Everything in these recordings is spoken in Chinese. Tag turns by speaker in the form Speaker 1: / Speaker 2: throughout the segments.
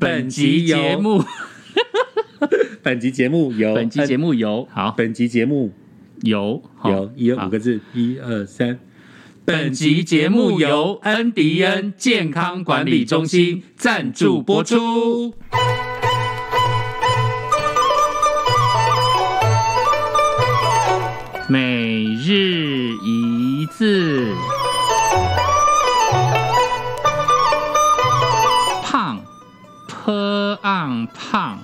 Speaker 1: 本集
Speaker 2: 由
Speaker 1: 节目，
Speaker 2: 本集节目由
Speaker 1: 本集节
Speaker 2: 目
Speaker 1: 目由好
Speaker 2: 本集节目
Speaker 1: 由好
Speaker 2: 由一
Speaker 1: 好
Speaker 2: 二五个字，一二三。
Speaker 1: 本集节目由恩迪恩健康管理中心赞助播出。每日一字，胖，p ang 胖，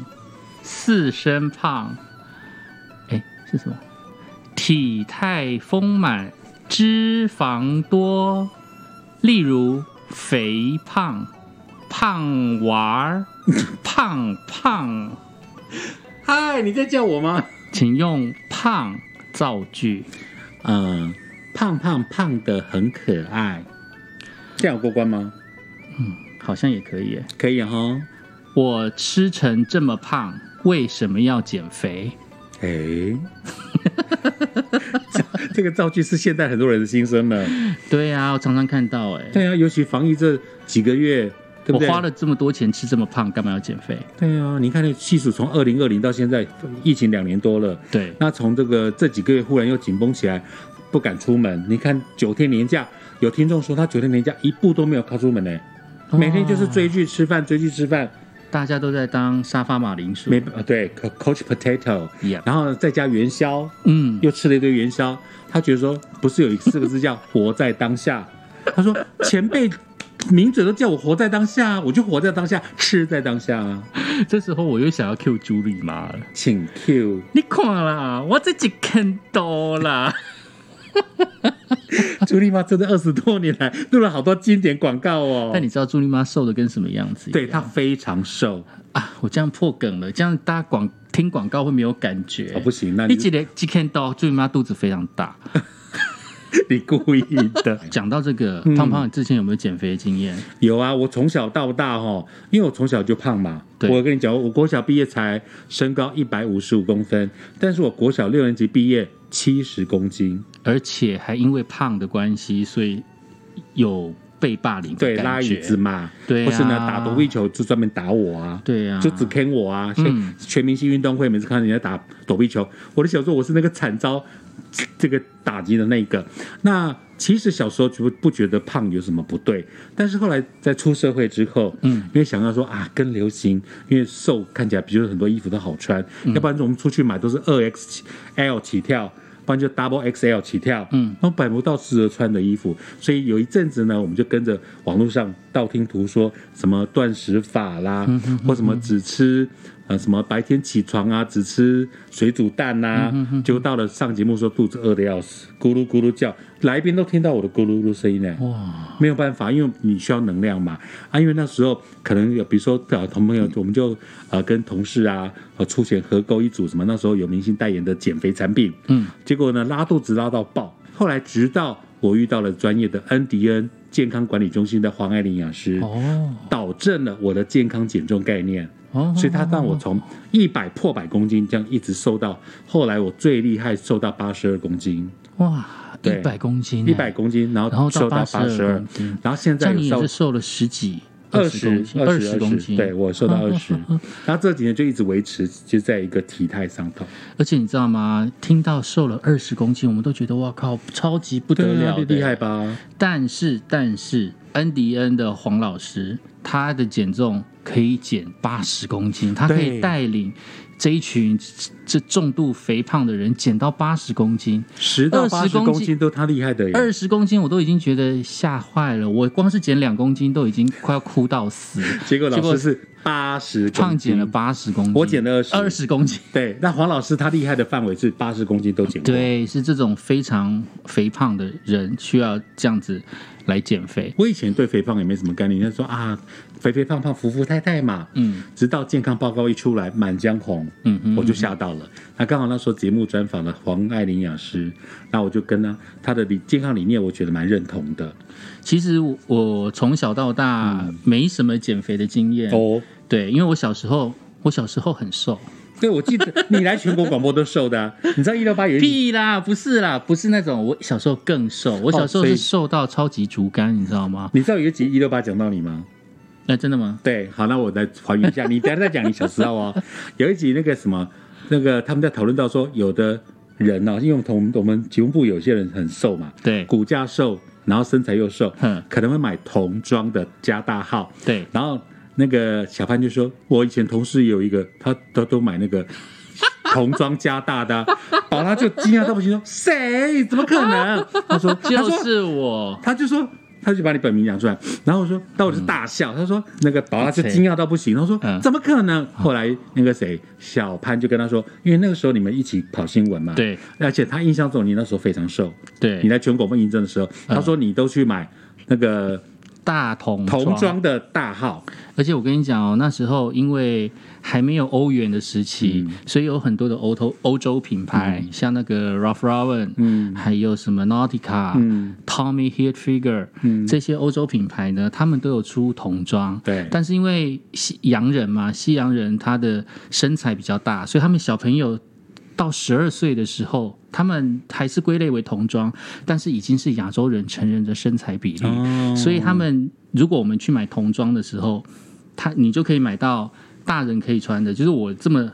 Speaker 1: 四声胖，哎，是什么？体态丰满，脂肪多，例如肥胖、胖娃 儿、胖胖，
Speaker 2: 嗨，你在叫我吗？
Speaker 1: 请用“胖”造句。呃
Speaker 2: 嗯，胖胖胖的很可爱，这样有过关吗？
Speaker 1: 好像也可以哦耶。
Speaker 2: 可以哈。
Speaker 1: 我吃成这么胖，为什么要减肥？
Speaker 2: 哎、这 这个造句是现在很多人的心声了。
Speaker 1: 对啊，我常常看到哎，
Speaker 2: 对啊，尤其防疫这几个月，对不
Speaker 1: 我
Speaker 2: 对？
Speaker 1: 花了这么多钱吃这么胖，干嘛要减肥？
Speaker 2: 对啊，你看那细数从二零二零到现在，疫情两年多了，
Speaker 1: 对，
Speaker 2: 那从这个这几个月忽然又紧绷起来，不敢出门。你看九天年假，有听众说他九天年假一步都没有靠出门呢、每天就是追剧、吃饭、追剧、吃饭，
Speaker 1: 大家都在当沙发马铃薯。
Speaker 2: 没呃对，co-，coach potato，
Speaker 1: Yep
Speaker 2: 然后在家元宵，
Speaker 1: 嗯，
Speaker 2: 又吃了一堆元宵。他觉得说，不是有一四个字叫“活在当下”？ 他说前辈名嘴都叫我活在当下，我就活在当下，吃在当下啊。
Speaker 1: 这时候我又想要 Q 朱莉妈了。
Speaker 2: 请 Q，
Speaker 1: 你看啦，我自己看到 啦。
Speaker 2: 朱莉妈真的二十多年来录了好多经典广告哦。
Speaker 1: 但你知道朱莉妈瘦的跟什么样子一样？
Speaker 2: 对她非常瘦，
Speaker 1: 啊，我这样破梗了，这样大家广听广告会没有感觉。
Speaker 2: 哦不哎行，那
Speaker 1: 你
Speaker 2: 你
Speaker 1: 记得只看到朱莉妈肚子非常大。
Speaker 2: 你故意 的。
Speaker 1: 讲到这个，胖胖你之前有没有减肥的经验？
Speaker 2: 有啊，我从小到大哈，因为我从小就胖嘛。
Speaker 1: 对
Speaker 2: 我跟你讲，我国小毕业才身高一百五十五公分，但是我国小六年级毕业七十公斤，
Speaker 1: 而且还因为胖的关系，所以有被霸凌
Speaker 2: 对，
Speaker 1: 的
Speaker 2: 拉
Speaker 1: 感
Speaker 2: 椅子
Speaker 1: 觉。
Speaker 2: 嘛，
Speaker 1: 对啊
Speaker 2: 或是呢打躲避球就专门打我啊，
Speaker 1: 对啊，
Speaker 2: 就只坑我啊。全、
Speaker 1: 嗯
Speaker 2: 全明星运动会每次看到人家打躲避球，我就想说我是那个惨遭这个打击的那一个。那其实小时候就不不觉得胖有什么不对，但是后来在出社会之后，嗯，因为想到说啊，跟流行，因为瘦看起来，比如很多衣服都好穿，要不然我们出去买都是二 X L 起跳。不然就 double XL 起跳，嗯，然后买不到适合穿的衣服，所以有一阵子呢，我们就跟着网络上道听途说什么断食法啦，或什么只吃呃什么白天起床啊，只吃水煮蛋呐、啊，结果到了上节目说肚子饿的要死，咕噜咕噜叫，来宾都听到我的咕噜咕噜声音呢、
Speaker 1: 哇，
Speaker 2: 没有办法，因为你需要能量嘛。啊，因为那时候可能有，比如说呃，同朋友，
Speaker 1: 嗯
Speaker 2: 我们就呃跟同事啊，呃出钱合购一组什么，那时候有明星代言的减肥产品，
Speaker 1: 嗯，
Speaker 2: 结果呢拉肚子拉到爆。后来直到我遇到了专业的恩迪恩健康管理中心的黄爱玲营养师，
Speaker 1: 哦
Speaker 2: 导正了我的健康减重概念。
Speaker 1: 哦，
Speaker 2: 所以他让我从一百破百公斤这样一直瘦到后来，我最厉害瘦到八十二公斤，
Speaker 1: 哇一
Speaker 2: 对
Speaker 1: 百公斤欸，
Speaker 2: 一百公斤，然
Speaker 1: 然后
Speaker 2: 后
Speaker 1: 到
Speaker 2: 瘦到八
Speaker 1: 82
Speaker 2: 十二
Speaker 1: 公斤，
Speaker 2: 然后现
Speaker 1: 这
Speaker 2: 在
Speaker 1: 样
Speaker 2: 有
Speaker 1: 你也
Speaker 2: 瘦
Speaker 1: 是瘦了十几、
Speaker 2: 二
Speaker 1: 公
Speaker 2: 十
Speaker 1: 斤、二
Speaker 2: 十
Speaker 1: 公斤，嗯
Speaker 2: 对我瘦到二 十，然后这几年就一直维持就在一个体态上头，
Speaker 1: 而且你知道吗？听到瘦了二十公斤，我们都觉得哇靠，超级不得了的、
Speaker 2: 啊厉害！吧？
Speaker 1: 但是但是，恩迪恩的黄老师，他的减重可以减八十公斤，他可以
Speaker 2: 对
Speaker 1: 带领这一群这重度肥胖的人减到八十公斤。
Speaker 2: 十到八
Speaker 1: 20
Speaker 2: 十
Speaker 1: 公
Speaker 2: 公
Speaker 1: 斤
Speaker 2: 斤都他厉害的耶，
Speaker 1: 二十公斤我都已经觉得吓坏了，我光是减两公斤都已经快要哭到 死。
Speaker 2: 结果
Speaker 1: 结
Speaker 2: 老
Speaker 1: 果
Speaker 2: 师是八十
Speaker 1: 胖
Speaker 2: 公
Speaker 1: 减了
Speaker 2: 斤，
Speaker 1: 八十公斤，
Speaker 2: 我减了20
Speaker 1: 二十公斤。
Speaker 2: 对，那黄老师他厉害的范围是八十公斤都减过。
Speaker 1: 对，是这种非常肥胖的人需要这样子来减肥。
Speaker 2: 我以前对肥胖也没什么概念，人家说啊，肥肥胖胖、福福太太嘛。
Speaker 1: 嗯，
Speaker 2: 直到健康报告一出来，《满江红》，
Speaker 1: 嗯哼
Speaker 2: 我就吓到了。那刚好那时候节目专访了黄爱玲营养师，那我就跟他他的理健康理念，我觉得蛮认同的。
Speaker 1: 其实我我从小到大
Speaker 2: 嗯
Speaker 1: 没什么减肥的经验。
Speaker 2: 哦，
Speaker 1: 对，因为我小时候，我小时候很瘦。
Speaker 2: 对，我记得你来全国广播都瘦的、啊，你知道一六八有一
Speaker 1: 屁啦，不是啦，不是那种。我小时候更瘦，我小时候
Speaker 2: 哦所以
Speaker 1: 是瘦到超级竹竿，你知道吗？
Speaker 2: 你知道有一集一六八讲到你吗？
Speaker 1: 哎，真的吗？
Speaker 2: 对，好，那我来还原一下，你等一下再讲你小时候哦。有一集那个什么，那个他们在讨论到说，有的人哦呢、因为我们同我们节目部有些人很瘦嘛，
Speaker 1: 对
Speaker 2: 骨架瘦，然后身材又瘦
Speaker 1: 嗯，
Speaker 2: 可能会买童装的加大号，
Speaker 1: 对，
Speaker 2: 然后那个小潘就说，我以前同事有一个，他他都买那 个童装加大的啊，宝拉就惊讶到不行，说谁？怎么可 能？他说， 他
Speaker 1: 就
Speaker 2: 说
Speaker 1: 是我。
Speaker 2: 他就说，他就把你本名讲出来，然后我说，到底是大笑。他说，那个宝拉就
Speaker 1: 谁
Speaker 2: 惊讶到不行，他说
Speaker 1: 嗯，
Speaker 2: 怎么可能？后来那个谁，小潘就跟他说，因为那个时候你们一起跑新闻嘛，，
Speaker 1: 对
Speaker 2: 而且他印象中你那时候非常瘦，你
Speaker 1: 对，
Speaker 2: 来全国问应征的时候，
Speaker 1: 嗯
Speaker 2: 他说你都去买那个
Speaker 1: 大同
Speaker 2: 童装的大号，
Speaker 1: 而且我跟你讲哦，那时候因为还没有欧元的时期，
Speaker 2: 嗯
Speaker 1: 所以有很多的欧洲欧洲品牌，像那个 Ralph Lauren，
Speaker 2: 嗯
Speaker 1: 还有什么 Nautica、
Speaker 2: 嗯
Speaker 1: Tommy Hilfiger，、
Speaker 2: 嗯
Speaker 1: 这些欧洲品牌呢，他们都有出童装。
Speaker 2: 对
Speaker 1: 但是因为西洋人嘛，西洋人他的身材比较大，所以他们小朋友到十二岁的时候，他们还是归类为童装，但是已经是亚洲人成人的身材比例。
Speaker 2: 哦
Speaker 1: 所以他们如果我们去买童装的时候，他你就可以买到大人可以穿的，就是我这么。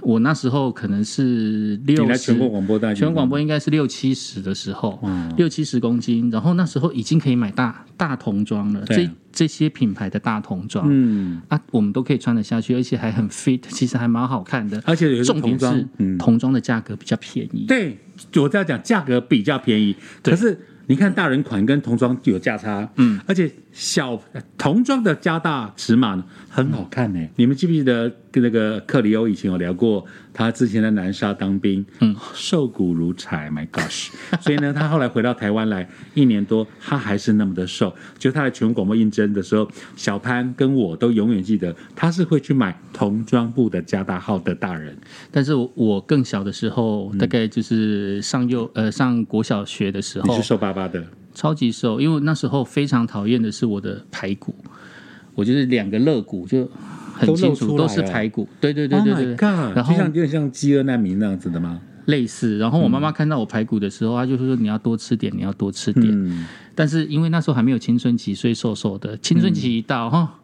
Speaker 1: 我那时候可能是
Speaker 2: 你
Speaker 1: 六
Speaker 2: 来
Speaker 1: 十
Speaker 2: 全国广播大学，
Speaker 1: 全国广播应该是六七十的时候
Speaker 2: 嗯，
Speaker 1: 六七十公斤，然后那时候已经可以买大大童装了，
Speaker 2: 对
Speaker 1: 这这些品牌的大童装、
Speaker 2: 嗯，
Speaker 1: 啊，我们都可以穿得下去，而且还很 fit，其实还蛮好看的。
Speaker 2: 而且有些
Speaker 1: 重
Speaker 2: 啊童
Speaker 1: 点
Speaker 2: 装嗯
Speaker 1: 是，童装的价格比较便宜，
Speaker 2: 对，我这样讲，价格比较便宜，
Speaker 1: 对
Speaker 2: 可是你看大人款跟童装有价差，嗯，而且小童装的加大尺码呢很好看呢、你们记不记得跟那个克里欧以前有聊过，他之前在南沙当兵，嗯，瘦骨如柴，My gosh！所以 呢，他后来回到台湾来一年多，他还是那么的瘦。就他来全国广播应征的时候，小潘跟我都永远记得，他是会去买童装部的加大号的大人。
Speaker 1: 但是我我更小的时候，
Speaker 2: 嗯
Speaker 1: 大概就是上幼呃上国小学的时
Speaker 2: 你
Speaker 1: 候
Speaker 2: 是，瘦巴巴的，
Speaker 1: 超级瘦，因为那时候非常讨厌的是我的排骨，我就是两个肋骨就很清楚
Speaker 2: 都露出来
Speaker 1: 都
Speaker 2: 了
Speaker 1: 是排骨，对对对对
Speaker 2: Oh my
Speaker 1: 对，
Speaker 2: god！
Speaker 1: 然后
Speaker 2: 就像有点像饥饿难民那样子的吗？
Speaker 1: 类似。然后我妈
Speaker 2: 嗯
Speaker 1: 妈看到我排骨的时候，她就说你要多吃点，你要多吃点。
Speaker 2: 嗯，
Speaker 1: 但是因为那时候还没有青春期，所以瘦瘦的。青春期一到哈、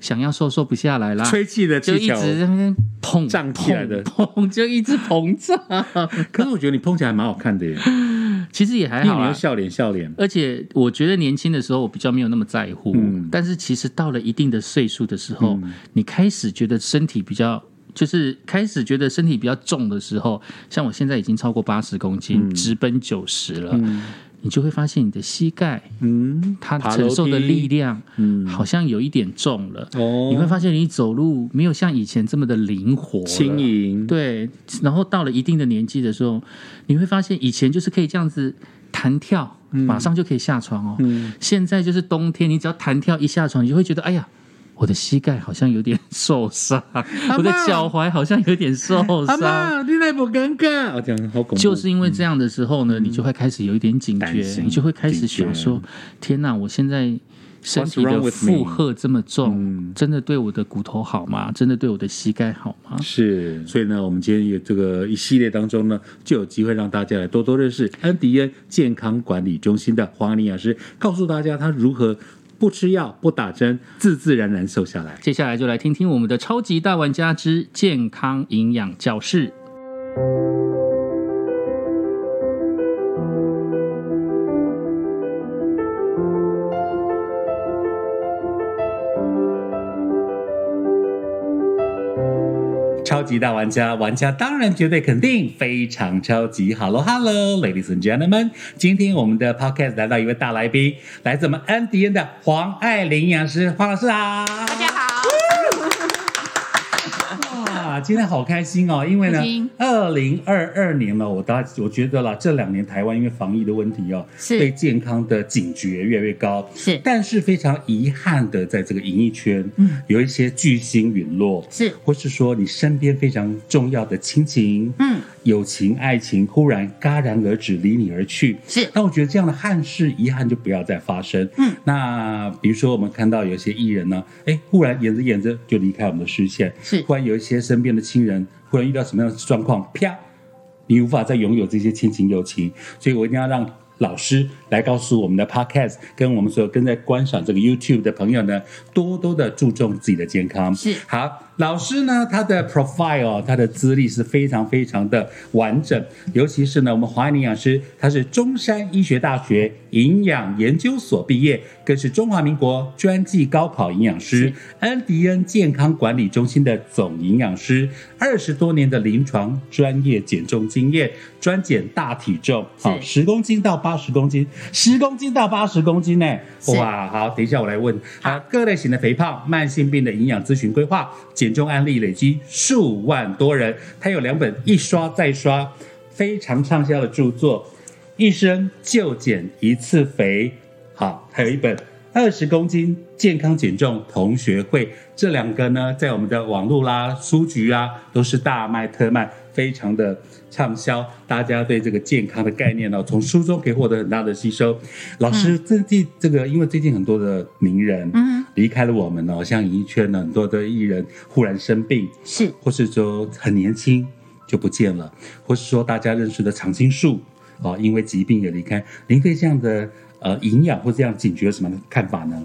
Speaker 1: 想要瘦瘦不下来啦，
Speaker 2: 嗯吹气的
Speaker 1: 啊就
Speaker 2: 气
Speaker 1: 一
Speaker 2: 球。
Speaker 1: 直在那边膨
Speaker 2: 胀起来的
Speaker 1: 膨膨就一直膨胀。
Speaker 2: 可是我觉得你碰起来还蛮好看的耶，因
Speaker 1: 其实也还
Speaker 2: 为
Speaker 1: 好啊
Speaker 2: 你
Speaker 1: 啦
Speaker 2: 又，笑脸笑脸。
Speaker 1: 而且我觉得年轻的时候我比较没有那么在乎，
Speaker 2: 嗯
Speaker 1: 但是其实到了一定的岁数的时候，你开始觉得身体比较。就是开始觉得身体比较重的时候，像我现在已经超过八十公
Speaker 2: 嗯
Speaker 1: 斤，直奔九十了，你就会发现你的膝盖
Speaker 2: 嗯，
Speaker 1: 它
Speaker 2: 爬
Speaker 1: 承受的
Speaker 2: 楼梯
Speaker 1: 力量，
Speaker 2: 嗯
Speaker 1: 好像有一点重了。
Speaker 2: 哦，
Speaker 1: 你会发现你走路没有像以前这么的灵活了，
Speaker 2: 轻盈，
Speaker 1: 对，然后到了一定的年纪的时候，你会发现以前就是可以这样子弹跳，马上就可以下床哦。
Speaker 2: 嗯
Speaker 1: 现在就是冬天，你只要弹跳一下床，你就会觉得哎呀。我的膝盖好像有点 受伤，我的
Speaker 2: 嬷
Speaker 1: 脚踝好像有点受
Speaker 2: 阿
Speaker 1: 伤，
Speaker 2: 妈，你那不尴尬？我讲好恐怖，
Speaker 1: 啊就是因为这样的时候
Speaker 2: 嗯
Speaker 1: 呢，你就会开始有一点警
Speaker 2: 担
Speaker 1: 觉，
Speaker 2: 心
Speaker 1: 你就会开始
Speaker 2: 警觉
Speaker 1: 想说：天哪，我现在身
Speaker 2: What's
Speaker 1: 体的
Speaker 2: wrong with me？
Speaker 1: 负荷这么重
Speaker 2: 嗯，
Speaker 1: 真的对我的骨头好吗？真的对我的膝盖好吗？
Speaker 2: 是，所以呢，我们今天有这个一系列当中呢，就有机会让大家来多多认识安迪恩健康管理中心的黄安玲老师，告诉大家他如何不吃药、不打针，自自然然瘦下来。
Speaker 1: 接下来就来听听我们的超级大玩家之健康营养教室。
Speaker 2: 超级大玩家，玩家当然绝对肯定，非常超级。Hello Hello，Ladies and Gentlemen，今天我们的 Podcast 来到一位大来宾，来自我们安迪恩的黄爱玲营养师，黄老师好。
Speaker 3: 大家好，
Speaker 2: 哇，今天好开心哦，因为
Speaker 3: 开心
Speaker 2: 呢，二零二二年了，我大我觉得啦，这两年台湾因为防疫的问题哦，
Speaker 3: 是
Speaker 2: 对健康的警觉越来越高。
Speaker 3: 是
Speaker 2: 但是非常遗憾的，在这个演艺圈，嗯，有一些巨星陨落，
Speaker 3: 是，
Speaker 2: 或是说你身边非常重要的亲情、
Speaker 3: 嗯，
Speaker 2: 友情、爱情，忽然戛然而止，离你而去。
Speaker 3: 是
Speaker 2: 那我觉得这样的憾事、遗憾就不要再发生。
Speaker 3: 嗯，
Speaker 2: 那比如说我们看到有些艺人呢，哎，忽然演着演着就离开我们的视线，
Speaker 3: 是
Speaker 2: 忽然有一些身边的亲人忽然遇到什么样的状况，啪，你无法再拥有这些亲情友情，所以我一定要让老师来告诉我们的 Podcast，跟我们所有跟在观赏这个 YouTube 的朋友呢，多多的注重自己的健康。
Speaker 3: 是
Speaker 2: 好，老师呢，他的 profile 哦他的资历是非常非常的完整，尤其是呢，我们华安营养师，他是中山医学大学营养研究所毕业，更是中华民国专技高考营养师
Speaker 3: 是、
Speaker 2: 恩迪恩健康管理中心的总营养师，二十多年的临床专业减重经验，专减大体重，好
Speaker 3: 是
Speaker 2: 十公斤到八十公斤，十公斤到八十公斤呢、
Speaker 3: 是
Speaker 2: 哇，好，等一下我来问。好，各类型的肥胖、慢性病的营养咨询规划，减重案例累积数万多人。他有两本一刷再刷非常畅销的著作，《一生就减一次肥》，好，还有一本。二十公斤健康减重同学会，这两个呢，在我们的网络啦、书局啊，都是大卖特卖，非常的畅销。大家对这个健康的概念呢、从书中可以获得很大的吸收。老师，最近这个，因为最近很多的名人
Speaker 3: 嗯
Speaker 2: 离开了我们哦，像演艺圈呢，很多的艺人忽然生病，
Speaker 3: 是
Speaker 2: 或是说很年轻就不见了，或是说大家认识的常青树哦，因为疾病也离开。您对这样的呃营养或这样警觉有什么看法呢？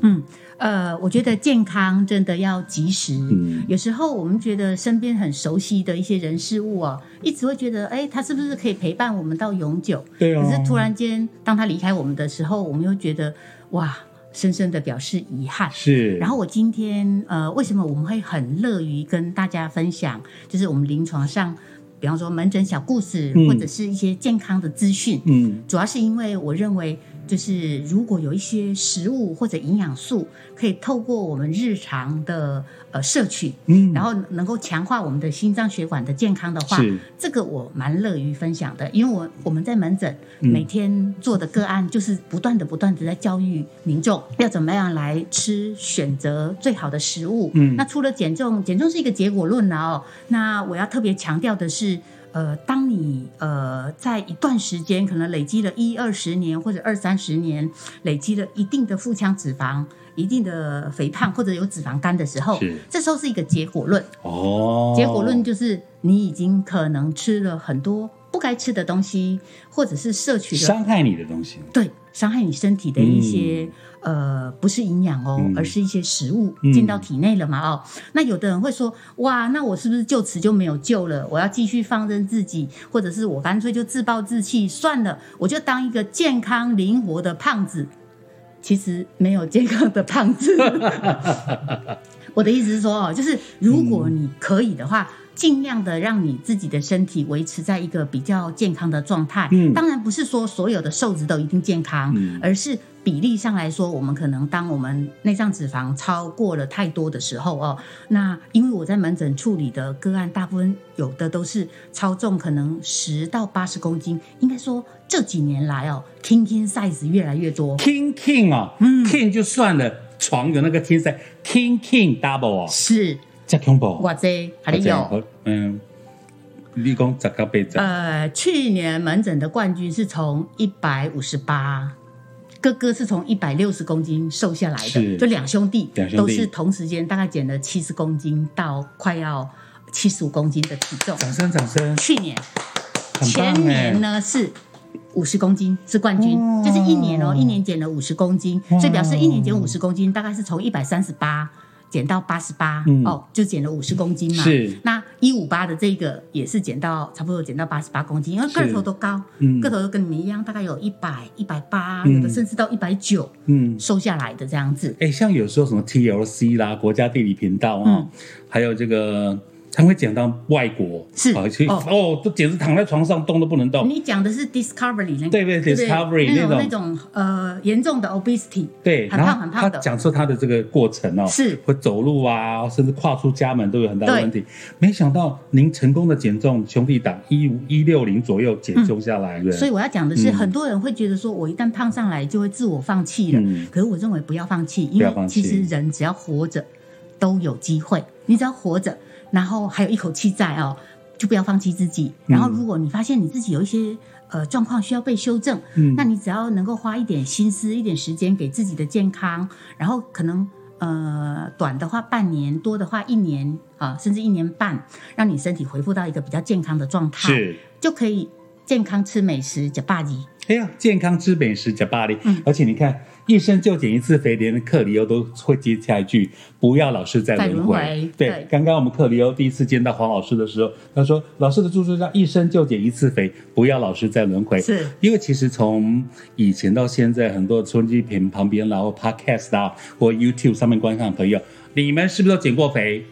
Speaker 3: 呃，我觉得健康真的要及时。
Speaker 2: 嗯
Speaker 3: 有时候我们觉得身边很熟悉的一些人事物哦，一直会觉得，哎，他是不是可以陪伴我们到永久？
Speaker 2: 对哦
Speaker 3: 可是突然间，当他离开我们的时候，我们又觉得，哇，深深的表示遗憾。
Speaker 2: 是，
Speaker 3: 然后我今天呃，为什么我们会很乐于跟大家分享，就是我们临床上，比方说门诊小故事，
Speaker 2: 嗯
Speaker 3: 或者是一些健康的资讯，
Speaker 2: 嗯
Speaker 3: 主要是因为我认为，就是如果有一些食物或者营养素，可以透过我们日常的呃摄取，
Speaker 2: 嗯，
Speaker 3: 然后能够强化我们的心脏血管的健康的话
Speaker 2: 是，
Speaker 3: 这个我蛮乐于分享的，因为我我们在门诊
Speaker 2: 嗯
Speaker 3: 每天做的个案，就是不断的不断的在教育民众要怎么样来吃选择最好的食物。
Speaker 2: 嗯
Speaker 3: 那除了减重，减重是一个结果论了哦。那我要特别强调的是。呃，当你呃在一段时间，可能累积了一二十年或者二三十年，累积了一定的腹腔脂肪、一定的肥胖或者有脂肪肝的时候
Speaker 2: 是，
Speaker 3: 这时候是一个结果论。
Speaker 2: 哦，
Speaker 3: 结果论就是你已经可能吃了很多不该吃的东西，或者是摄取了
Speaker 2: 伤害你的东西，
Speaker 3: 对伤害你身体的一些、呃，不是营养哦，
Speaker 2: 嗯
Speaker 3: 而是一些食物
Speaker 2: 嗯
Speaker 3: 进到体内了嘛哦。那有的人会说，哇，那我是不是就此就没有救了？我要继续放任自己，或者是我干脆就自暴自弃算了，我就当一个健康灵活的胖子。其实没有健康的胖子。我的意思是说，哦，就是如果你可以的
Speaker 2: 嗯
Speaker 3: 话，尽量的让你自己的身体维持在一个比较健康的状态。
Speaker 2: 嗯
Speaker 3: 当然不是说所有的瘦子都一定健康，
Speaker 2: 嗯
Speaker 3: 而是比例上来说，我们可能当我们内脏脂肪超过了太多的时候，哦，那因为我在门诊处理的个案，大部分有的都是超重，可能十到八十公斤，应该说这几年来哦，king king size 越来越多。
Speaker 2: King King 哦、k i n g 就算了，床有那个天塞 King King Double 哦，
Speaker 3: 是，
Speaker 2: 加 combo，
Speaker 3: 哇塞，还得有。，
Speaker 2: 嗯，立功十到八十，
Speaker 3: 呃，去年门诊的冠军是从一百五十八，哥哥是从一百六十公斤瘦下来
Speaker 2: 是
Speaker 3: 的，就两兄弟
Speaker 2: 两兄弟
Speaker 3: 都是同时间大概减了七十公斤到快要七十五公斤的体重。
Speaker 2: 掌声掌声，
Speaker 3: 去年
Speaker 2: 很棒
Speaker 3: 前
Speaker 2: 哎
Speaker 3: 年，呢是五十公斤是冠军，
Speaker 2: 哦
Speaker 3: 就是一年哦，一年减了五十公斤，
Speaker 2: 哇
Speaker 3: 所以表示一年减五十公斤，大概是从一百三十八。减到八十八
Speaker 2: 嗯
Speaker 3: 哦，就减了五十公斤嘛。
Speaker 2: 是
Speaker 3: 那一五八的这个也是减到差不多减到八十八公斤，因为
Speaker 2: 是
Speaker 3: 个头都高，
Speaker 2: 嗯
Speaker 3: 个头都跟你们一样，大概有一百、一百八，
Speaker 2: 嗯
Speaker 3: 有的甚至到一百九
Speaker 2: 嗯。
Speaker 3: 瘦下来的这样子。
Speaker 2: 哎，像有时候什么 TLC 啦，国家地理频道啊、
Speaker 3: 嗯
Speaker 2: 还有这个，他会讲到外国，
Speaker 3: 是
Speaker 2: 啊，去
Speaker 3: 哦
Speaker 2: 哦，都简直躺在床上动都不能动，
Speaker 3: 你讲的是 Discovery 那个
Speaker 2: 哦对对
Speaker 3: 不
Speaker 2: Discovery
Speaker 3: 那种
Speaker 2: 那
Speaker 3: 那种呃严重的 obesity，
Speaker 2: 对，
Speaker 3: 很
Speaker 2: 然
Speaker 3: 胖
Speaker 2: 后
Speaker 3: 很胖
Speaker 2: 他
Speaker 3: 的
Speaker 2: 讲出他的这个过程哦，
Speaker 3: 是
Speaker 2: 会走路啊，甚至跨出家门都有很大的
Speaker 3: 对
Speaker 2: 问题。没想到您成功的减重，兄弟党一五一六零左右减重下来，对不对
Speaker 3: 嗯所以我要讲的是，
Speaker 2: 嗯
Speaker 3: 很多人会觉得说，我一旦胖上来就会自我放弃了。
Speaker 2: 嗯
Speaker 3: 可是我认为不要放弃，因
Speaker 2: 不要
Speaker 3: 为
Speaker 2: 放弃
Speaker 3: 其实人只要活着都有机会，你只要活着，然后还有一口气在哦，就不要放弃自己。
Speaker 2: 嗯
Speaker 3: 然后如果你发现你自己有一些呃状况需要被修正，
Speaker 2: 嗯
Speaker 3: 那你只要能够花一点心思、一点时间给自己的健康，然后可能。呃，短的话半年，多的话一年啊、甚至一年半，让你身体恢复到一个比较健康的状态。
Speaker 2: 是
Speaker 3: 就可以健康吃美食，叫霸吉。
Speaker 2: 哎呀，健康之美食假巴黎，
Speaker 3: 嗯
Speaker 2: 而且你看，一生就减一次肥，连克里欧都会接下一句“不要老是在
Speaker 3: 在
Speaker 2: 轮
Speaker 3: 轮
Speaker 2: 回
Speaker 3: 回”
Speaker 2: 对
Speaker 3: 对，
Speaker 2: 刚刚我们克里欧第一次见到黄老师的时候，他说：“老师的著作叫‘一生就减一次肥，不要老是在轮回’。”
Speaker 3: 是
Speaker 2: 因为其实从以前到现在，很多收音机屏旁边啦，然后 Podcast 啊，或 YouTube 上面观看的朋友，你们是不是都减过肥？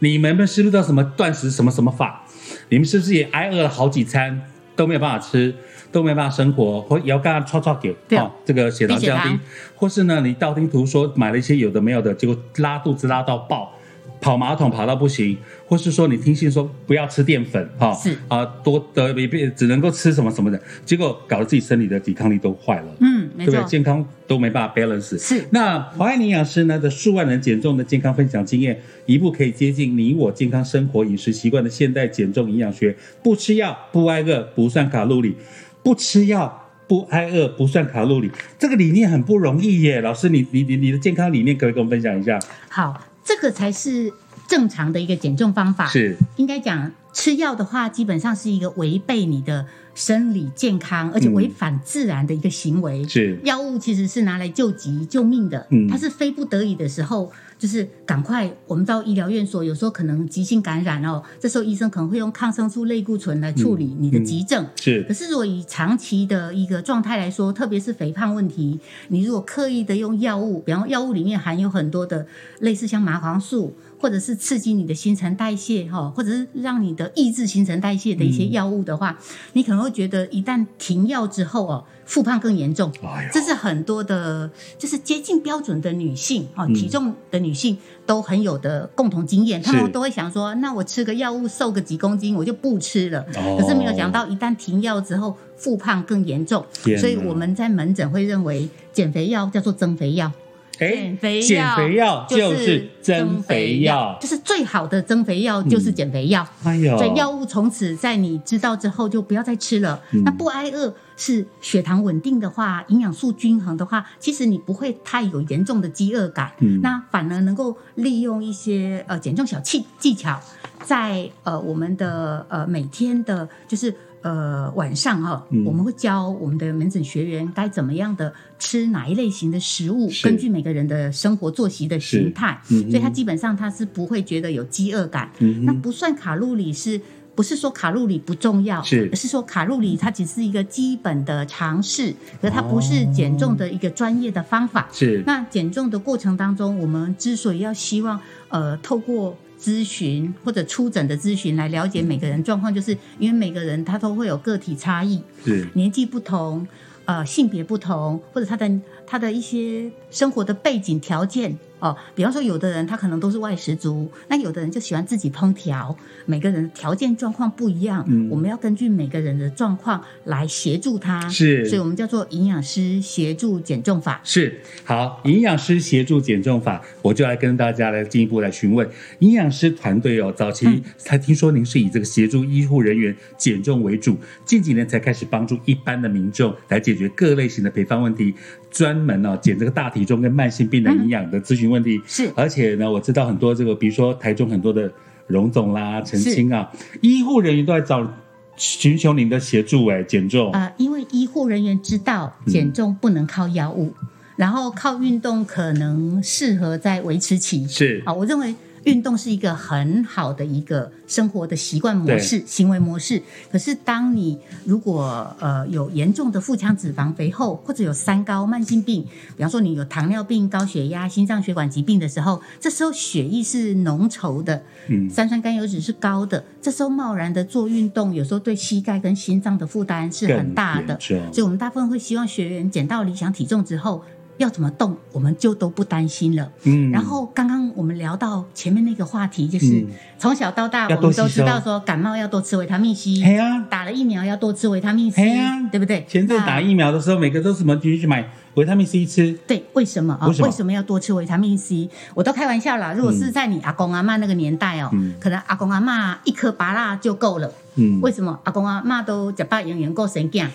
Speaker 2: 你们是不是都什么断食什么什么法？你们是不是也挨饿了好几餐都没有办法吃，都没有办法生活，或也要干嘛刷刷给
Speaker 3: 对
Speaker 2: 哦，这个血糖
Speaker 3: 低血
Speaker 2: 降
Speaker 3: 糖
Speaker 2: 低，或是呢你道听途说买了一些有的没有的，结果拉肚子拉到爆。跑马桶跑到不行，或是说你听信说不要吃淀粉哈，
Speaker 3: 是
Speaker 2: 啊、多的也别只能够吃什么什么的，结果搞得自己身体的抵抗力都坏了，
Speaker 3: 嗯，
Speaker 2: 对
Speaker 3: 没
Speaker 2: 不
Speaker 3: 错
Speaker 2: 对？，健康都没办法 balance。
Speaker 3: 是
Speaker 2: 那华爱营养师呢的数万人减重的健康分享经验，一步可以接近你我健康生活饮食习惯的现代减重营养学。不吃药，不挨饿，不算卡路里；不吃药，不挨饿，不算卡路里。这个理念很不容易耶，老师，你你你你的健康理念可不可以跟我们分享一下？
Speaker 3: 好，这个才是正常的一个减重方法。
Speaker 2: 是
Speaker 3: 应该讲吃药的话，基本上是一个违背你的生理健康，而且违反自然的一个行为。
Speaker 2: 嗯是，
Speaker 3: 药物其实是拿来救急救命的，
Speaker 2: 嗯
Speaker 3: 它是非不得已的时候，就是赶快我们到医疗院所，有时候可能急性感染哦，这时候医生可能会用抗生素类固醇来处
Speaker 2: 嗯
Speaker 3: 理你的急症。
Speaker 2: 是
Speaker 3: 可是，如果以长期的一个状态来说，特别是肥胖问题，你如果刻意的用药物，比方药物里面含有很多的类似像麻黄素，或者是刺激你的新陈代谢哈，或者是让你的抑制新陈代谢的一些药物的话，你可能会觉得一旦停药之后哦，复胖更严重。
Speaker 2: 哎呦
Speaker 3: 这是很多的，就是接近标准的女性哦，体重的女性都很有的共同经验，她
Speaker 2: 嗯是
Speaker 3: 们都会想说，那我吃个药物瘦个几公斤，我就不吃了。
Speaker 2: 哦
Speaker 3: 可是没有想到，一旦停药之后，复胖更严重
Speaker 2: 天，哪
Speaker 3: 所以我们在门诊会认为减肥药叫做增肥药，
Speaker 2: 哎
Speaker 3: 减肥药
Speaker 2: 减肥药就是
Speaker 3: 是
Speaker 2: 增肥药，
Speaker 3: 就是最好的增肥药就是减肥药。
Speaker 2: 哎呦，
Speaker 3: 所以药物从此在你知道之后就不要再吃了。
Speaker 2: 嗯
Speaker 3: 那不挨饿是血糖稳定的话，营养素均衡的话，其实你不会太有严重的饥饿感。
Speaker 2: 嗯
Speaker 3: 那反而能够利用一些呃减重小技技巧，在呃我们的呃每天的，就是呃晚上哈、
Speaker 2: 嗯
Speaker 3: 我们会教我们的门诊学员该怎么样的吃哪一类型的食物，
Speaker 2: 是
Speaker 3: 根据每个人的生活作息的
Speaker 2: 是
Speaker 3: 形态，
Speaker 2: 嗯哼
Speaker 3: 所以他基本上他是不会觉得有饥饿感。
Speaker 2: 嗯
Speaker 3: 那
Speaker 2: 哼
Speaker 3: 不算卡路里是。不是说卡路里不重要，
Speaker 2: 是
Speaker 3: 而是说卡路里它只是一个基本的尝试，可是它不是减重的一个专业的方法。
Speaker 2: 是
Speaker 3: 那减重的过程当中，我们之所以要希望呃透过咨询或者出诊的咨询来了解每个人状况，就是因为每个人他都会有个体差异，
Speaker 2: 是
Speaker 3: 年纪不同，呃，性别不同，或者他的他的一些生活的背景条件哦、比方说有的人他可能都是外食族，那有的人就喜欢自己烹调，每个人的条件状况不一样，
Speaker 2: 嗯
Speaker 3: 我们要根据每个人的状况来协助他，
Speaker 2: 是
Speaker 3: 所以我们叫做营养师协助减重法。
Speaker 2: 是好，营养师协助减重法，我就来跟大家来进一步来询问营养师团队哦。早
Speaker 3: 嗯
Speaker 2: 期才听说您是以这个协助医护人员减重为主，近几年才开始帮助一般的民众来解决各类型的肥胖问题，专门哦减这个大体重跟慢性病的营养的咨询问题。
Speaker 3: 是
Speaker 2: 而且呢，我知道很多这个，比如说台中很多的荣总啦、陈青啊，医护人员都来找寻求您的协助哎，减重。
Speaker 3: 啊、因为医护人员知道
Speaker 2: 嗯
Speaker 3: 减重不能靠药物，然后靠运动可能适合在维持期。
Speaker 2: 是
Speaker 3: 啊，我认为运动是一个很好的一个生活的习惯模式、行为模式。可是，当你如果呃有严重的腹腔脂肪肥厚，或者有三高慢性病，比方说你有糖尿病、高血压、心脏血管疾病的时候，这时候血液是浓稠的，
Speaker 2: 嗯
Speaker 3: 三酸甘油脂是高的，这时候贸然的做运动，有时候对膝盖跟心脏的负担是很大的。
Speaker 2: 更严重
Speaker 3: 所以我们大部分会希望学员减到理想体重之后。要怎么动，我们就都不担心了。
Speaker 2: 嗯
Speaker 3: 然后刚刚我们聊到前面那个话题，就是
Speaker 2: 嗯
Speaker 3: 从小到大
Speaker 2: 要
Speaker 3: 我
Speaker 2: 多
Speaker 3: 们
Speaker 2: 吸收
Speaker 3: 都知道说感冒要多吃维他命 C，
Speaker 2: 嘿啊
Speaker 3: 打了疫苗要多吃维他命 C，
Speaker 2: 嘿啊
Speaker 3: 对不对？
Speaker 2: 前阵打
Speaker 3: 那
Speaker 2: 疫苗的时候，每个都什么去去买维他命 C 吃，
Speaker 3: 对，为什么啊？
Speaker 2: 为什么
Speaker 3: 要多吃维他命 C？我都开玩笑啦。如果是在你阿公阿妈那个年代哦，
Speaker 2: 嗯
Speaker 3: 可能阿公阿妈一颗拔蜡就够了。
Speaker 2: 嗯，
Speaker 3: 为什么阿公阿妈都假扮演员够神干？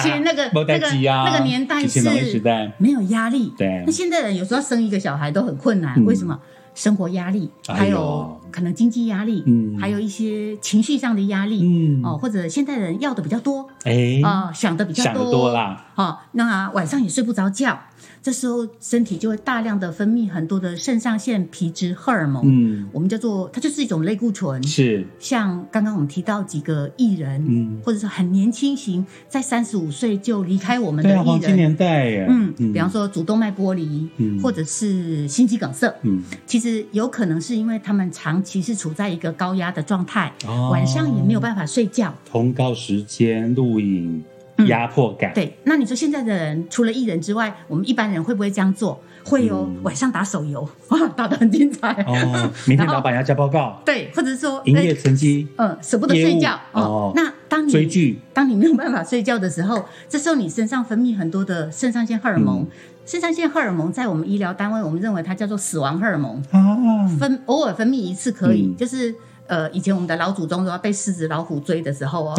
Speaker 3: 其实那 个
Speaker 2: 没
Speaker 3: 那
Speaker 2: 代
Speaker 3: 个
Speaker 2: 志啊，
Speaker 3: 那个年代
Speaker 2: 以前
Speaker 3: 是
Speaker 2: 农业时代，
Speaker 3: 没有压力。
Speaker 2: 对
Speaker 3: 那现在人有时候生一个小孩都很困难，
Speaker 2: 嗯
Speaker 3: 为什么？生活压力，
Speaker 2: 哎呦
Speaker 3: 还有可能经济压力，
Speaker 2: 嗯
Speaker 3: 还有一些情绪上的压力，
Speaker 2: 嗯，
Speaker 3: 哦，或者现代人要的比较多，
Speaker 2: 哎，
Speaker 3: 啊、想的比较
Speaker 2: 想得多啦，
Speaker 3: 哦，那晚上也睡不着觉，这时候身体就会大量的分泌很多的肾上腺皮质荷尔蒙，
Speaker 2: 嗯，
Speaker 3: 我们叫做它就是一种类固醇。
Speaker 2: 是，
Speaker 3: 像刚刚我们提到几个艺人，
Speaker 2: 嗯
Speaker 3: 或者是很年轻型，在三十五岁就离开我们的
Speaker 2: 对啊，
Speaker 3: 艺
Speaker 2: 黄金
Speaker 3: 人，
Speaker 2: 年代耶，
Speaker 3: 嗯，比方说主动脉剥离，
Speaker 2: 嗯
Speaker 3: 或者是心肌梗塞，
Speaker 2: 嗯，
Speaker 3: 其实有可能是因为他们长期是处在一个高压的状态，
Speaker 2: 哦
Speaker 3: 晚上也没有办法睡觉。
Speaker 2: 通告时间、录影、压迫感，
Speaker 3: 嗯对，那你说现在的人除了艺人之外，我们一般人会不会这样做？会哦，晚上打手游， 哇，打得很精彩。
Speaker 2: 嗯哦，明天
Speaker 3: 然后
Speaker 2: 老板要交报告，
Speaker 3: 对，或者说
Speaker 2: 营
Speaker 3: 哎
Speaker 2: 业成绩
Speaker 3: 嗯，舍不得睡觉
Speaker 2: 业务哦
Speaker 3: 那当你
Speaker 2: 追剧，
Speaker 3: 当你没有办法睡觉的时候，这时候你身上分泌很多的肾上腺荷尔蒙。
Speaker 2: 嗯
Speaker 3: 肾上腺荷尔蒙在我们医疗单位，我们认为它叫做死亡荷尔蒙，
Speaker 2: 啊，
Speaker 3: 分偶尔分泌一次可以，
Speaker 2: 嗯
Speaker 3: 就是呃，以前我们的老祖宗都要被狮子、老虎追的 时候哦，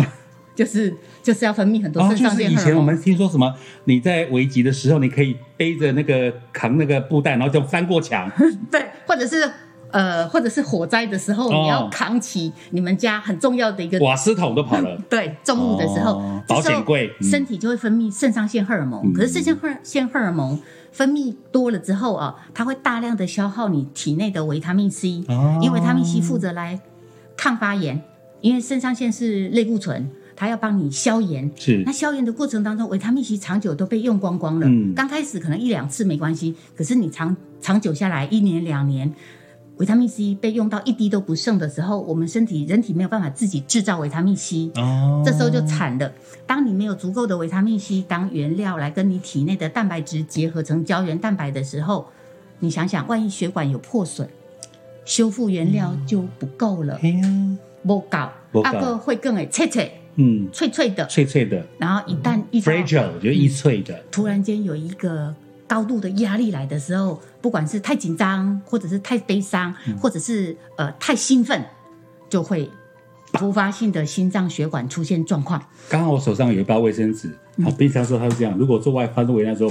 Speaker 3: 就是就是要分泌很多
Speaker 2: 哦，
Speaker 3: 肾
Speaker 2: 就
Speaker 3: 上
Speaker 2: 是
Speaker 3: 腺
Speaker 2: 以
Speaker 3: 荷尔
Speaker 2: 前我
Speaker 3: 蒙。
Speaker 2: 们听说什么，你在危急的时候，你可以背着那个扛那个布袋，然后这样翻过 墙，
Speaker 3: 对，或者是呃，或者是火灾的时候，
Speaker 2: 哦
Speaker 3: 你要扛起你们家很重要的一个
Speaker 2: 瓦斯桶都跑了。
Speaker 3: 对重物的时候，
Speaker 2: 哦
Speaker 3: 这时候
Speaker 2: 保险柜嗯
Speaker 3: 身体就会分泌肾上腺荷尔蒙。
Speaker 2: 嗯
Speaker 3: 可是肾上荷腺荷尔蒙分泌多了之后啊，它会大量的消耗你体内的维他命 C，、
Speaker 2: 哦
Speaker 3: 因为维他命 C 负责来抗发炎，因为肾上腺是类固醇。它要帮你消炎，
Speaker 2: 是
Speaker 3: 那消炎的过程当中，维他命 C 长久都被用光光了。
Speaker 2: 嗯
Speaker 3: 刚开始可能一两次没关系，可是你长长久下来，一年两年，维他命 C 被用到一滴都不剩的时候，我们身体人体没有办法自己制造维他命 C，、
Speaker 2: 哦
Speaker 3: 这时候就惨了。当你没有足够的维他命 C 当原料来跟你体内的蛋白质结合成胶原蛋白的时候，你想想，万一血管有破损，修复原料就不够了，
Speaker 2: 哎呀，
Speaker 3: 不搞
Speaker 2: 不，够
Speaker 3: 阿个会更哎脆脆
Speaker 2: 嗯，
Speaker 3: 脆脆的，
Speaker 2: 脆脆的
Speaker 3: 然后一嗯旦一到
Speaker 2: 嗯，fragile 就是易脆的，
Speaker 3: 突然间有一个高度的压力来的时候，不管是太紧张，或者是太悲伤，
Speaker 2: 嗯
Speaker 3: 或者是呃太兴奋，就会突发性的心脏血管出现状况。
Speaker 2: 刚好我手上有一包卫生纸，
Speaker 3: 嗯
Speaker 2: 好，平常时候它是这样，如果做外翻的围那时候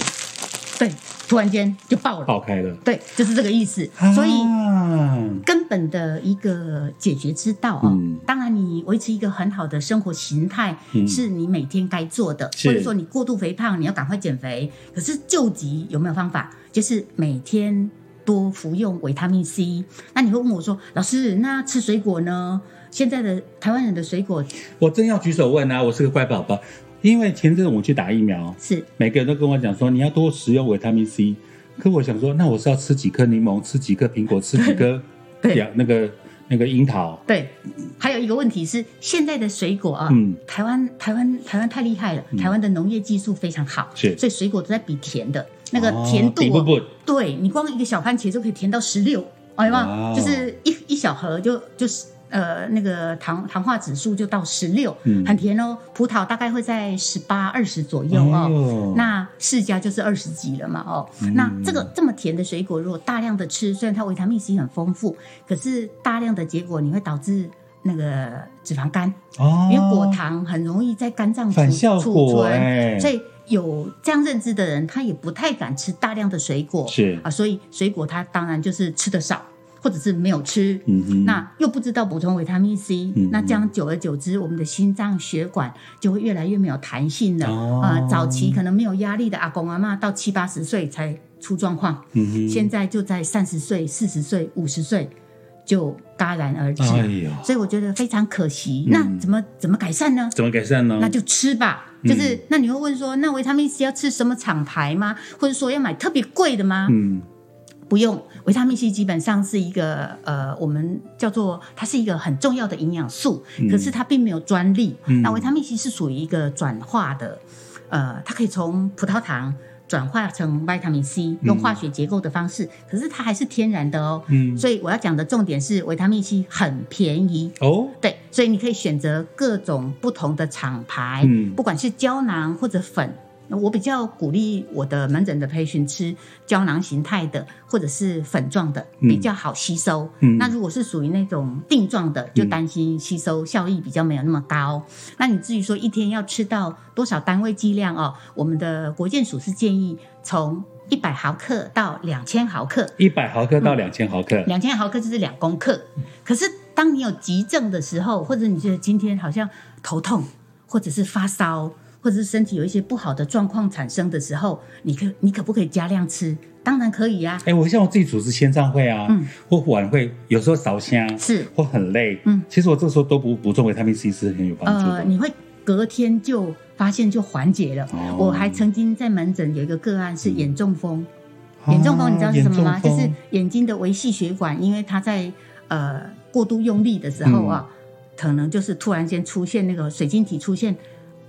Speaker 3: 对，突然间就爆了。
Speaker 2: 爆开了，
Speaker 3: 对，就是这个意思。所以
Speaker 2: 啊
Speaker 3: 根本的一个解决之道啊、
Speaker 2: 嗯
Speaker 3: 当然你维持一个很好的生活形态、
Speaker 2: 嗯
Speaker 3: 是你每天该做的，
Speaker 2: 是
Speaker 3: 或者说你过度肥胖，你要赶快减肥。可是救急有没有方法？就是每天多服用维他命 C。那你会问我说，老师，那吃水果呢？现在的台湾人的水果
Speaker 2: 我正要举手问啊，我是个乖宝宝，因为前阵子我去打疫苗，
Speaker 3: 是
Speaker 2: 每个人都跟我讲说你要多食用维他命 C，可我想说，那我是要吃几颗柠檬，吃几颗苹果，吃几颗
Speaker 3: 对
Speaker 2: 两那个那个樱桃，
Speaker 3: 对，还有一个问题是，现在的水果啊，
Speaker 2: 嗯
Speaker 3: 台湾台湾台湾太厉害了，台湾的农业技术非常好，
Speaker 2: 是
Speaker 3: 所以水果都在比甜的，那个
Speaker 2: 哦
Speaker 3: 甜度、啊
Speaker 2: 比不不
Speaker 3: 对你光一个小番茄就可以甜到十六，哦，有没有
Speaker 2: 哇哦
Speaker 3: 就是一一小盒就就是。呃，那个糖糖化指数就到十六、
Speaker 2: 嗯
Speaker 3: 很甜哦。葡萄大概会在十八、二十左右
Speaker 2: 哎
Speaker 3: 哦
Speaker 2: 呦。
Speaker 3: 那释迦就是二十几了嘛哦。那
Speaker 2: 嗯
Speaker 3: 这个这么甜的水果，如果大量的吃，虽然它维他命 C 很丰富，可是大量的结果你会导致那个脂肪肝，
Speaker 2: 哦
Speaker 3: 因为果糖很容易在肝脏储
Speaker 2: 反效
Speaker 3: 储
Speaker 2: 果
Speaker 3: 存，
Speaker 2: 哎
Speaker 3: 所以有这样认知的人，他也不太敢吃大量的水果，
Speaker 2: 是
Speaker 3: 啊，所以水果他当然就是吃的少，或者是没有吃，
Speaker 2: 嗯哼
Speaker 3: 那又不知道补充维他命 C，、
Speaker 2: 嗯
Speaker 3: 那这样久而久之，我们的心脏血管就会越来越没有弹性了，
Speaker 2: 哦
Speaker 3: 呃，早期可能没有压力的阿公阿妈，到七八十岁才出状况，
Speaker 2: 嗯哼
Speaker 3: 现在就在三十岁、四十岁、五十岁就戛然而止。
Speaker 2: 哎嗯呦，
Speaker 3: 所以我觉得非常可惜。那怎么怎么改善呢？
Speaker 2: 怎么改善呢？嗯
Speaker 3: 那就吃吧。就是、那你会问说，那维他命 C 要吃什么厂牌吗？或者说要买特别贵的吗？
Speaker 2: 嗯
Speaker 3: 不用，维他命 C 基本上是一个呃，我们叫做它是一个很重要的营养素，
Speaker 2: 嗯
Speaker 3: 可是它并没有专利。那维他命 C 是属于一个转化的，呃，它可以从葡萄糖。转化成维他命 C，用化学结构的方式，可是它还是天然的哦。
Speaker 2: 嗯
Speaker 3: 所以我要讲的重点是，维他命 C 很便宜，
Speaker 2: 哦
Speaker 3: 对，所以你可以选择各种不同的厂牌，
Speaker 2: 嗯
Speaker 3: 不管是胶囊或者粉。那我比较鼓励我的门诊的培训吃胶囊形态的，或者是粉状的，比较好吸收。
Speaker 2: 嗯
Speaker 3: 那如果是属于那种定状的，就担心吸收效益比较没有那么高。那你至于说一天要吃到多少单位剂量哦，我们的国健署是建议从一百毫克到两千毫克，
Speaker 2: 一百毫克到两千毫克，
Speaker 3: 两千毫克就是两公克。可是当你有急症的时候，或者你觉得今天好像头痛，或者是发烧，或者是身体有一些不好的状况产生的时候，你可你可不可以加量吃？当然可以啊呀、
Speaker 2: 哎、我像我自己主持线上会啊，
Speaker 3: 嗯
Speaker 2: 或晚会，有时候烧香
Speaker 3: 是
Speaker 2: 或很累，
Speaker 3: 嗯，
Speaker 2: 其实我这时候都补补充维他命 C 是很有帮助
Speaker 3: 呃，
Speaker 2: 的。
Speaker 3: 你会隔天就发现就缓解了。
Speaker 2: 哦
Speaker 3: 我还曾经在门诊有一个个案是眼中风，眼中呃风你知道是什
Speaker 2: 眼
Speaker 3: 么吗？就
Speaker 2: 哦啊中风
Speaker 3: 是眼睛的微细血管，因为它在呃过度用力的时候
Speaker 2: 嗯
Speaker 3: 啊，可能就是突然间出现那个水晶体出现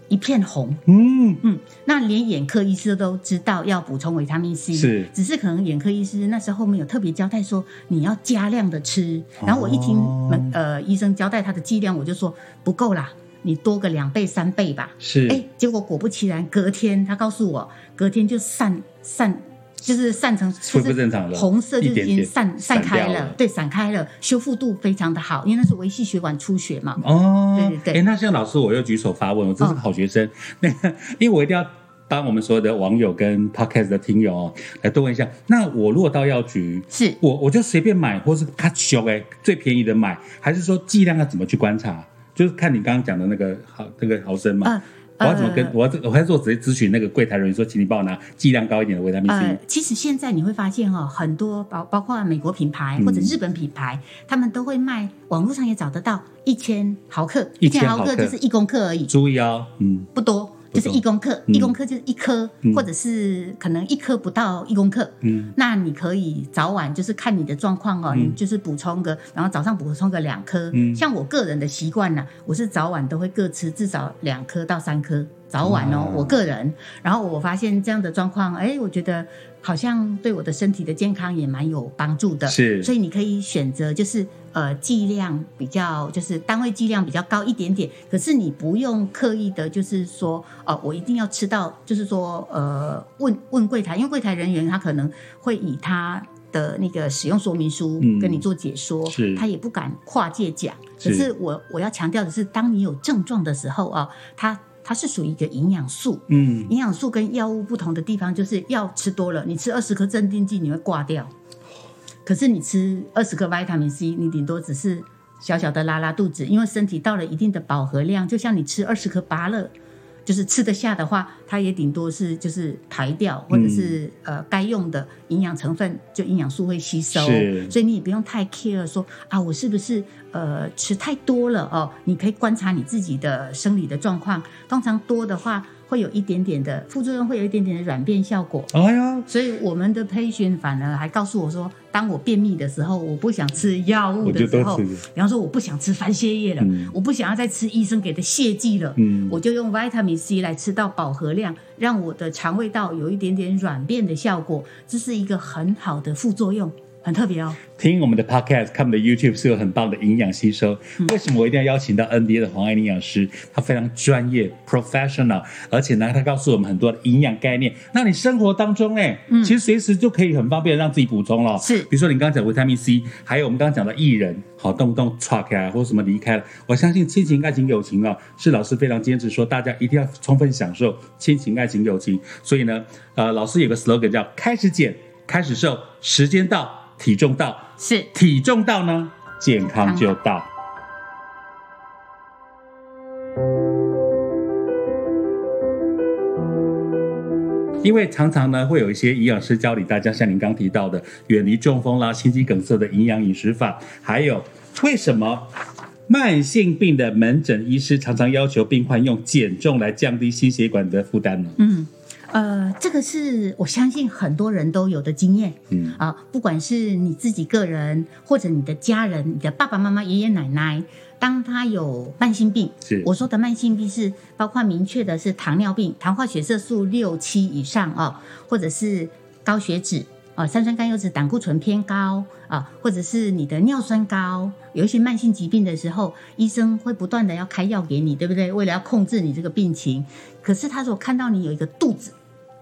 Speaker 3: 一片红，
Speaker 2: 嗯，
Speaker 3: 嗯，那连眼科医师都知道要补充维他命 C，
Speaker 2: 是
Speaker 3: 只是可能眼科医师那时候没有特别交代说你要加量的吃，然后我一听
Speaker 2: 哦
Speaker 3: 门呃医生交代他的剂量，我就说不够啦，你多个两倍三倍吧。
Speaker 2: 是，
Speaker 3: 哎，结果果不其然，隔天他告诉我，隔天就散散，就是散成
Speaker 2: 恢复正常了
Speaker 3: 红色就
Speaker 2: 一点
Speaker 3: 已经
Speaker 2: 点
Speaker 3: 散散
Speaker 2: 散
Speaker 3: 开
Speaker 2: 掉
Speaker 3: 了，
Speaker 2: 了
Speaker 3: 对，散开了，修复度非常的好，因为那是微细血管出血嘛。
Speaker 2: 哦，
Speaker 3: 对对对嗯
Speaker 2: 哎，那像老师，我又举手发问，我真是个好学生。 那个，因为我一定要帮我们所有的网友跟 podcast 的听友哦，来多问一下。那我如果到药局，
Speaker 3: 是
Speaker 2: 我我就随便买，或是看小哎最便宜的买，还是说剂量要怎么去观察？就是看你刚刚讲的那个好那个毫升嘛。
Speaker 3: 呃
Speaker 2: 我要怎么跟
Speaker 3: 呃
Speaker 2: 我要我还是我直接咨询那个柜台人员说，请你帮我拿剂量高一点的维他命 C。
Speaker 3: 呃，其实现在你会发现哦，很多包包括美国品牌
Speaker 2: 嗯
Speaker 3: 或者日本品牌，他们都会卖，网络上也找得到一千毫克，
Speaker 2: 1000
Speaker 3: 1000毫
Speaker 2: 毫克
Speaker 3: 就是一公克而已，
Speaker 2: 注意哦，嗯，
Speaker 3: 不多，
Speaker 2: 不多
Speaker 3: 就是一公克，
Speaker 2: 嗯
Speaker 3: 一公克就是一颗，
Speaker 2: 嗯
Speaker 3: 或者是可能一颗不到一公克。
Speaker 2: 嗯，
Speaker 3: 那你可以早晚就是看你的状况哦，
Speaker 2: 嗯
Speaker 3: 你就是补充个，然后早上补充个两颗。
Speaker 2: 嗯
Speaker 3: 像我个人的习惯呢、我是早晚都会各吃至少两颗到三颗，早晚哦，
Speaker 2: 哇
Speaker 3: 我个人。然后我发现这样的状况，哎，我觉得好像对我的身体的健康也蛮有帮助的。
Speaker 2: 是
Speaker 3: 所以你可以选择就是呃剂量比较，就是单位剂量比较高一点点，可是你不用刻意的，就是说呃我一定要吃到，就是说呃问问柜台，因为柜台人员他可能会以他。的那个使用说明书
Speaker 2: 嗯
Speaker 3: 跟你做解说，
Speaker 2: 是
Speaker 3: 他也不敢跨界讲。
Speaker 2: 是
Speaker 3: 可是我我要强调的是，当你有症状的时候啊，它它是属于一个营养素，
Speaker 2: 嗯，
Speaker 3: 营养素跟药物不同的地方就是药吃多了，你吃二十颗镇定剂你会挂掉，可是你吃二十颗维他命 C，你顶多只是小小的拉拉肚子，因为身体到了一定的饱和量，就像你吃二十颗芭乐，就是吃得下的话，它也顶多是就是排掉或者是、呃该用的营养成分就营养素会吸收，
Speaker 2: 是
Speaker 3: 所以你也不用太 care 说啊我是不是呃吃太多了哦，你可以观察你自己的生理的状况，通常多的话会有一点点的副作用，会有一点点的软便效果。
Speaker 2: 哎呀，
Speaker 3: 所以我们的培训反而还告诉我说，当我便秘的时候，我不想吃药物的时候，
Speaker 2: 我就多吃
Speaker 3: 比方说我不想吃番泻叶了，
Speaker 2: 嗯
Speaker 3: 我不想要再吃医生给的泻剂了，
Speaker 2: 嗯
Speaker 3: 我就用 vitamin C 来吃到饱和量，让我的肠胃道有一点点软便的效果，这是一个很好的副作用，很特别哦。
Speaker 2: 听我们的 podcast，看我们的 YouTube 是有很棒的营养吸收。
Speaker 3: 嗯
Speaker 2: 为什么我一定要邀请到 NBA 的黄爱玲营养师？他非常专业 professional，而且呢，他告诉我们很多的营养概念。那你生活当中呢，其实随时就可以很方便地让自己补充了。
Speaker 3: 嗯是
Speaker 2: 比如说你刚刚讲维他命 C，还有我们刚刚讲的艺人，好动不动岔开啊，或什么离开了。我相信亲情、爱情、友情啊，是老师非常坚持说大家一定要充分享受亲情、爱情、友情。所以呢，呃，老师有个 slogan 叫“开始减，开始瘦，时间到，体重到”。
Speaker 3: 是
Speaker 2: 体重到呢，健康就到。因为常常呢，会有一些营养师教你大家像您刚提到的，远离中风啦、心肌梗塞的营养饮食法，还有为什么慢性病的门诊医师常常要求病患用减重来降低心血管的负担呢？
Speaker 3: 嗯，呃，这个是我相信很多人都有的经验。
Speaker 2: 嗯
Speaker 3: 啊，不管是你自己个人，或者你的家人、你的爸爸妈妈、爷爷奶奶，当他有慢性病，
Speaker 2: 是
Speaker 3: 我说的慢性病是包括明确的是糖尿病、糖化血色素六七以上哦，或者是高血脂。啊，三酸甘油脂、胆固醇偏高啊，或者是你的尿酸高，有一些慢性疾病的时候，医生会不断的要开药给你，对不对？为了要控制你这个病情，可是他如果看到你有一个肚子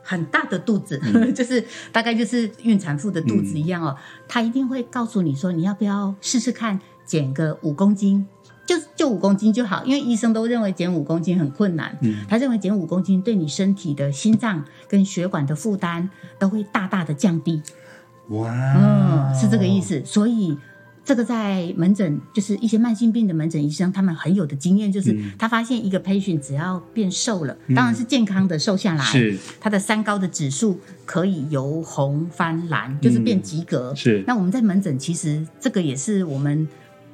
Speaker 3: 很大的肚子， 就是大概就是孕产妇的肚子一样哦，他一定会告诉你说，你要不要试试看减个五公斤。就就五公斤就好，因为医生都认为减五公斤很困难。他认为减五公斤对你身体的心脏跟血管的负担都会大大的降低。
Speaker 2: 哇，
Speaker 3: 嗯，是这个意。思。所以这个在门诊，就是一些慢性病的门诊医生，他们很有的经验，就是他发现一个 patient 只要变瘦了，当然是健康的瘦下来，
Speaker 2: 是
Speaker 3: 他的三高的指数可以由红翻蓝，就是变及格。
Speaker 2: 嗯是
Speaker 3: 那我们在门诊，其实这个也是我们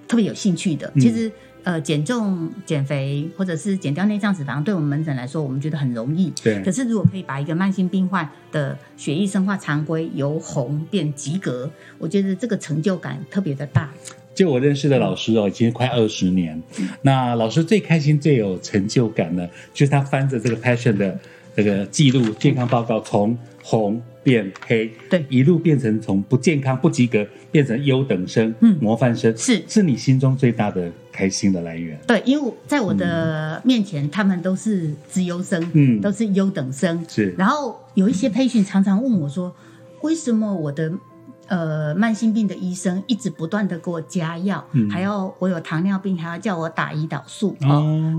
Speaker 3: 特别有兴趣
Speaker 2: 嗯
Speaker 3: 的。其实，呃，减重、减肥或者是减掉内脏脂肪，对我们门诊来说，我们觉得很容易。
Speaker 2: 对
Speaker 3: 可是如果可以把一个慢性病患的血液生化常规由红变及格，我觉得这个成就感特别的大。
Speaker 2: 就我认识的老师哦，已经快二十年。
Speaker 3: 嗯
Speaker 2: 那老师最开心、最有成就感呢，就是他翻着这个 Passion 的这个记录健康报告，从红变黑，
Speaker 3: 对
Speaker 2: 一路变成从不健康、不及格变成优等生、嗯，模范生，
Speaker 3: 是
Speaker 2: 是你心中最大的开心的来源。
Speaker 3: 对，因为我在我的面前，他们都是资优生，
Speaker 2: 嗯
Speaker 3: 都是优等生，
Speaker 2: 是
Speaker 3: 然后有一些培训常常问我说，为什么我的呃慢性病的医生一直不断的给我加药，还要我有糖尿病还要叫我打胰岛素，
Speaker 2: 嗯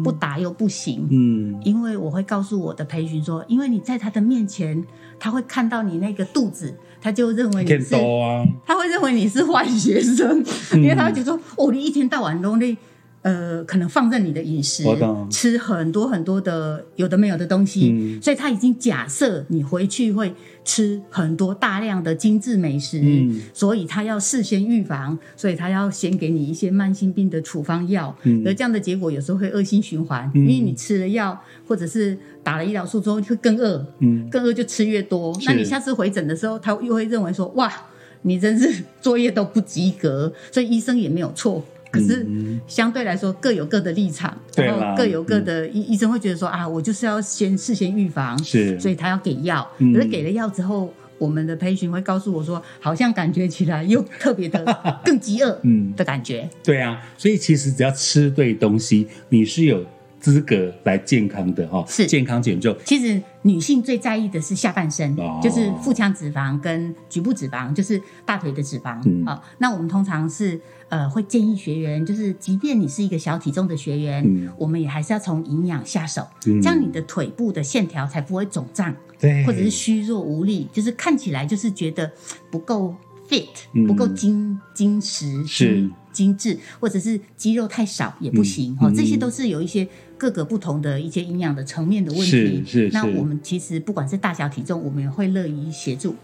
Speaker 2: 哦
Speaker 3: 不打又不行。
Speaker 2: 嗯，
Speaker 3: 因为我会告诉我的培训说，因为你在他的面前，他会看到你那个肚子，他就认为你
Speaker 2: 更
Speaker 3: 是
Speaker 2: 多啊，
Speaker 3: 他会认为你是坏学生，因为他会觉得
Speaker 2: 嗯
Speaker 3: 说，哦，你一天到晚都在呃，可能放任你的饮食
Speaker 2: 我懂，
Speaker 3: 吃很多很多的有的没有的东西，
Speaker 2: 嗯
Speaker 3: 所以他已经假设你回去会吃很多大量的精致美食，
Speaker 2: 嗯
Speaker 3: 所以他要事先预防，所以他要先给你一些慢性病的处方药，
Speaker 2: 嗯
Speaker 3: 而这样的结果有时候会恶性循环，因为你吃了药或者是打了胰岛素之后就会更饿，
Speaker 2: 嗯，
Speaker 3: 更饿就吃越多。那你下次回诊的时候，他又会认为说，哇，你真是作业都不及格，所以医生也没有错。可是相对来说各有各的立场，
Speaker 2: 嗯对啦嗯
Speaker 3: 然后各有各的医、医生会觉得说啊，我就是要先事先预防，
Speaker 2: 是
Speaker 3: 所以他要给药。
Speaker 2: 嗯
Speaker 3: 可是给了药之后，我们的培训会告诉我说，好像感觉起来又特 别的更饥饿
Speaker 2: 嗯
Speaker 3: 的感觉。
Speaker 2: 对啊，所以其实只要吃对东西，你是有资格来健康的哈、
Speaker 3: 是
Speaker 2: 健康减重。
Speaker 3: 其实女性最在意的是下半身，
Speaker 2: 哦
Speaker 3: 就是腹腔脂肪跟局部脂肪，就是大腿的脂肪
Speaker 2: 嗯
Speaker 3: 啊、那我们通常是呃会建议学员，就是即便你是一个小体重的学员，
Speaker 2: 嗯
Speaker 3: 我们也还是要从营养下手，
Speaker 2: 嗯
Speaker 3: 这样你的腿部的线条才不会肿胀，
Speaker 2: 对，
Speaker 3: 或者是虚弱无力，就是看起来就是觉得不够 fit，、
Speaker 2: 嗯
Speaker 3: 不够精精实、
Speaker 2: 是
Speaker 3: 精精致，或者是肌肉太少也不行哈、
Speaker 2: 嗯
Speaker 3: 哦，这些都是有一些各个不同的一些营养的层面的问
Speaker 2: 是
Speaker 3: 题。
Speaker 2: 是
Speaker 3: 那
Speaker 2: 是
Speaker 3: 我们其实不管是大小体重，我们也会乐于协助。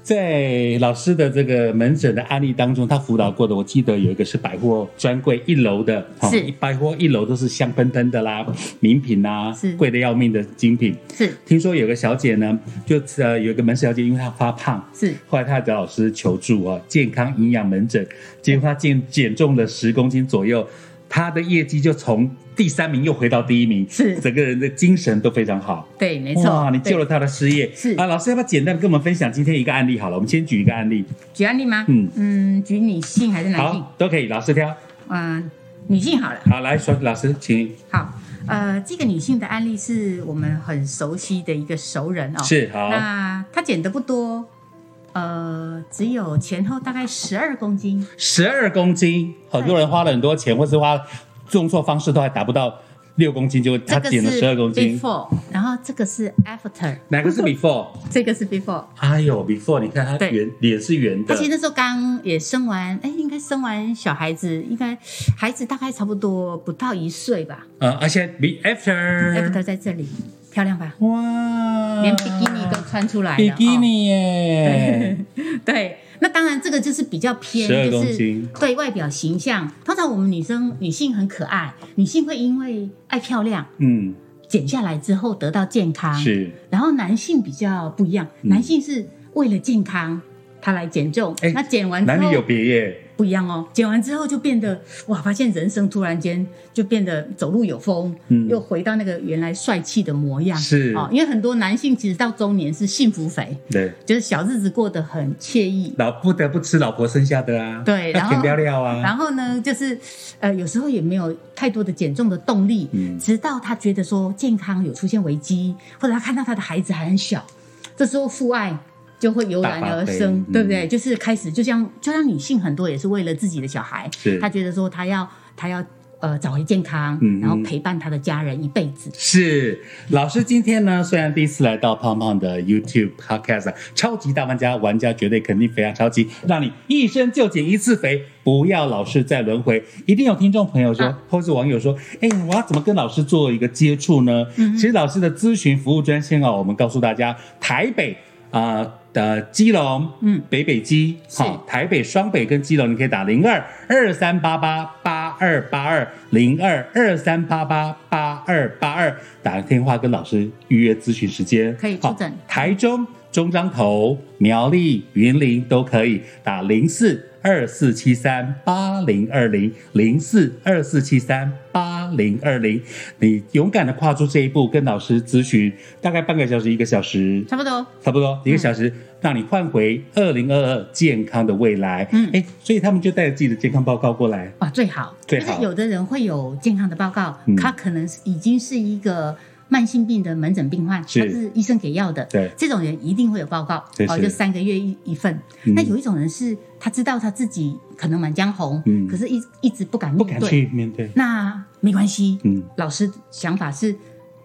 Speaker 2: 在老师的这个门诊的案例当中，他辅导过的，我记得有一个是百货专柜一楼的，哦
Speaker 3: 是
Speaker 2: 百货一楼都是香喷喷的 啦，名品啊
Speaker 3: 是，
Speaker 2: 贵的要命的精品。
Speaker 3: 是
Speaker 2: 听说有个小姐呢，就呃有一个门市小姐，因为她发胖，
Speaker 3: 是
Speaker 2: 后来她找老师求助啊，健康营养门诊，结果她减减重了十公斤左右，她的业绩就从第三名又回到第一名，
Speaker 3: 是
Speaker 2: 整个人的精神都非常好。
Speaker 3: 对，没
Speaker 2: 哇
Speaker 3: 错，
Speaker 2: 你救了
Speaker 3: 对
Speaker 2: 他的失业。
Speaker 3: 是
Speaker 2: 啊，老师要不要简单地跟我们分享今天一个案例好了？我们先举一个案例，
Speaker 3: 举案例吗？
Speaker 2: 嗯
Speaker 3: 嗯，举女性还是男性？
Speaker 2: 好，都可以，老师挑。
Speaker 3: 嗯、女性好了。
Speaker 2: 好，来说，老师，请
Speaker 3: 好，呃，这个女性的案例是我们很熟悉的一个熟人哦。
Speaker 2: 是好
Speaker 3: 那她减的不多，呃，只有前后大概十二公斤。
Speaker 2: 十二公斤，很多人花了很多钱，或是花用错方式都还达不到六公斤，就他
Speaker 3: 这个是
Speaker 2: 减了十二公斤。
Speaker 3: before，然后这个是 after，
Speaker 2: 哪个是 before？
Speaker 3: 这个是 before。
Speaker 2: 哎呦，before，你看他
Speaker 3: 对
Speaker 2: 圆脸是圆
Speaker 3: 她
Speaker 2: 的，
Speaker 3: 其实那时候刚也生完，哎，应该生完小孩子，应该孩子大概差不多不到一岁吧。
Speaker 2: 呃，而且 be after，
Speaker 3: after 在这里，漂亮吧？
Speaker 2: 哇，
Speaker 3: 连比基尼都穿出来
Speaker 2: 嗯
Speaker 3: 了。
Speaker 2: 比基
Speaker 3: 哦
Speaker 2: 尼耶，
Speaker 3: 对，那当然这个就是比较偏，
Speaker 2: 12
Speaker 3: 就
Speaker 2: 公
Speaker 3: 是
Speaker 2: 斤
Speaker 3: 对外表形象。通常我们女生女性很可爱，女性会因为爱漂亮
Speaker 2: 嗯，
Speaker 3: 减下来之后得到健康，
Speaker 2: 是。嗯
Speaker 3: 然后男性比较不一样，男性是为了健康。他来减重，
Speaker 2: 哎
Speaker 3: 那减完之
Speaker 2: 男
Speaker 3: 后
Speaker 2: 女有别耶，
Speaker 3: 不一样哦。减完之后就变得哇，发现人生突然间就变得走路有风，
Speaker 2: 嗯
Speaker 3: 又回到那个原来帅气的模样。
Speaker 2: 是
Speaker 3: 哦，因为很多男性其实到中年是幸福肥，
Speaker 2: 对。
Speaker 3: 就是小日子过得很惬意，
Speaker 2: 老不得不吃老婆生下的啊，
Speaker 3: 对
Speaker 2: 要
Speaker 3: 然后
Speaker 2: 舔料料啊，
Speaker 3: 然后呢，就是呃，有时候也没有太多的减重的动力，
Speaker 2: 嗯
Speaker 3: 直到他觉得说健康有出现危机，或者他看到他的孩子还很小，这时候父爱就会油然而生
Speaker 2: 大发，挥
Speaker 3: 对不对？
Speaker 2: 嗯
Speaker 3: 就是开始，就像就像女性很多也是为了自己的小孩
Speaker 2: 是，
Speaker 3: 她觉得说她要她要。呃找回健康，
Speaker 2: 嗯
Speaker 3: 然后陪伴他的家人一辈子。
Speaker 2: 是老师，今天呢，虽然第一次来到胖胖的 YouTube Podcast，超啊级大玩家，玩家绝对肯定非常超级，让你一生就减一次肥，不要老是再轮回。一定有听众朋友说，
Speaker 3: 啊
Speaker 2: 或是网友说，哎，我要怎么跟老师做一个接触呢？
Speaker 3: 嗯
Speaker 2: 其实老师的咨询服务专线哦，我们告诉大家，台北啊。呃的基隆，
Speaker 3: 嗯，
Speaker 2: 北北基，
Speaker 3: 是
Speaker 2: 好，台北、双北跟基隆，你可以打零二二三八八八二八二零二二三八八八二八二，打个电话跟老师预约咨询时间，
Speaker 3: 可以
Speaker 2: 好
Speaker 3: 出诊
Speaker 2: 台中、中彰投、苗栗、云林都可以打零四二四七三八零二零零四二四七三八零二零。你勇敢的跨出这一步，跟老师咨询，大概半个小时、一个小时，
Speaker 3: 差不多，
Speaker 2: 差不
Speaker 3: 嗯
Speaker 2: 多一个小时，让你换回二零二二健康的未来。
Speaker 3: 嗯
Speaker 2: 哎，所以他们就带着自己的健康报告过来。
Speaker 3: 哇，哦最好。
Speaker 2: 最
Speaker 3: 但
Speaker 2: 好
Speaker 3: 是有的人会有健康的报告，
Speaker 2: 嗯
Speaker 3: 他可能是已经是一个慢性病的门诊病患，
Speaker 2: 是
Speaker 3: 他是医生给药的。
Speaker 2: 对
Speaker 3: 这种人一定会有报告
Speaker 2: 对，
Speaker 3: 哦，
Speaker 2: 是
Speaker 3: 就三个月一一份。
Speaker 2: 嗯
Speaker 3: 那有一种人是他知道他自己可能满江红，
Speaker 2: 嗯
Speaker 3: 可是一一直不敢
Speaker 2: 不
Speaker 3: 面
Speaker 2: 敢
Speaker 3: 对。
Speaker 2: 去面对，
Speaker 3: 那没关系，
Speaker 2: 嗯，
Speaker 3: 老师想法是，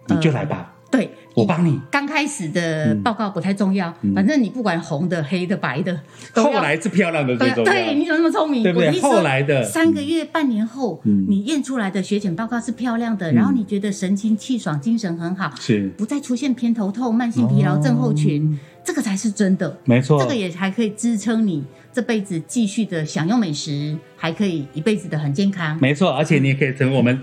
Speaker 2: 你就
Speaker 3: 呃
Speaker 2: 来吧，
Speaker 3: 对，
Speaker 2: 我嗯帮你。
Speaker 3: 刚开始的报告不太重要，反正你不管红的、黑的、白的，都
Speaker 2: 后
Speaker 3: 要
Speaker 2: 来是漂亮的最重要。
Speaker 3: 对，你怎么那么聪明？
Speaker 2: 对不对
Speaker 3: 我的意思说
Speaker 2: 后来的嗯
Speaker 3: 三个月、半年后，你验出来的血检报告是漂亮
Speaker 2: 嗯
Speaker 3: 的，然后你觉得神清气爽、精神很好，
Speaker 2: 是
Speaker 3: 不再出现偏头痛、慢性疲劳症候群，这个才是真的。
Speaker 2: 哦没错，
Speaker 3: 这个也还可以支撑你这辈子继续的享用美食，还可以一辈子的很健康。
Speaker 2: 没错，而且你也可以成为我们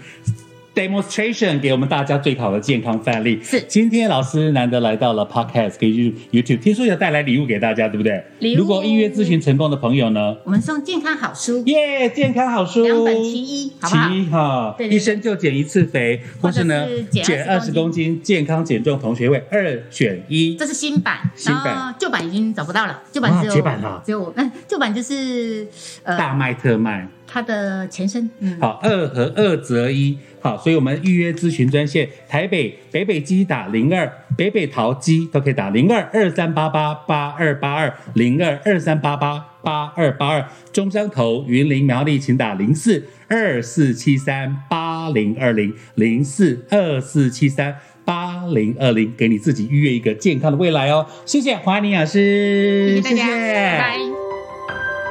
Speaker 2: demonstration 给我们大家最好的健康范例。
Speaker 3: 是
Speaker 2: 今天老师难得来到了 podcast 跟 You- YouTube，听说要带来礼物给大家，对不对？
Speaker 3: 礼物
Speaker 2: 如果预约咨询成功的朋友呢，
Speaker 3: 我们送健康好书
Speaker 2: 耶、健康好书，
Speaker 3: 两本其一，好不好？
Speaker 2: 其一哈，
Speaker 3: 对对对
Speaker 2: 一生就减一次肥，或是呢
Speaker 3: 或者是减
Speaker 2: 减二
Speaker 3: 20
Speaker 2: 十公斤，健康减重同学会二选一。
Speaker 3: 这是新版，
Speaker 2: 新版
Speaker 3: 然后旧版已经找不到了，旧版只有、
Speaker 2: 啊绝版了
Speaker 3: 只有我，嗯，旧版就是呃
Speaker 2: 大卖特卖，
Speaker 3: 它的前身，嗯，
Speaker 2: 好，二和二择一，好，所以我们预约咨询专线，台北北北基打零二，北北桃机都可以打零二二三八八八二八二零二二三八八八二八二，中山头云林苗栗请打零四二四七三八零二零零四二四七三。八零二零，给你自己预约一个健康的未来哦！谢谢华安营养师，
Speaker 3: 谢谢大家，
Speaker 2: 谢谢
Speaker 3: 拜拜。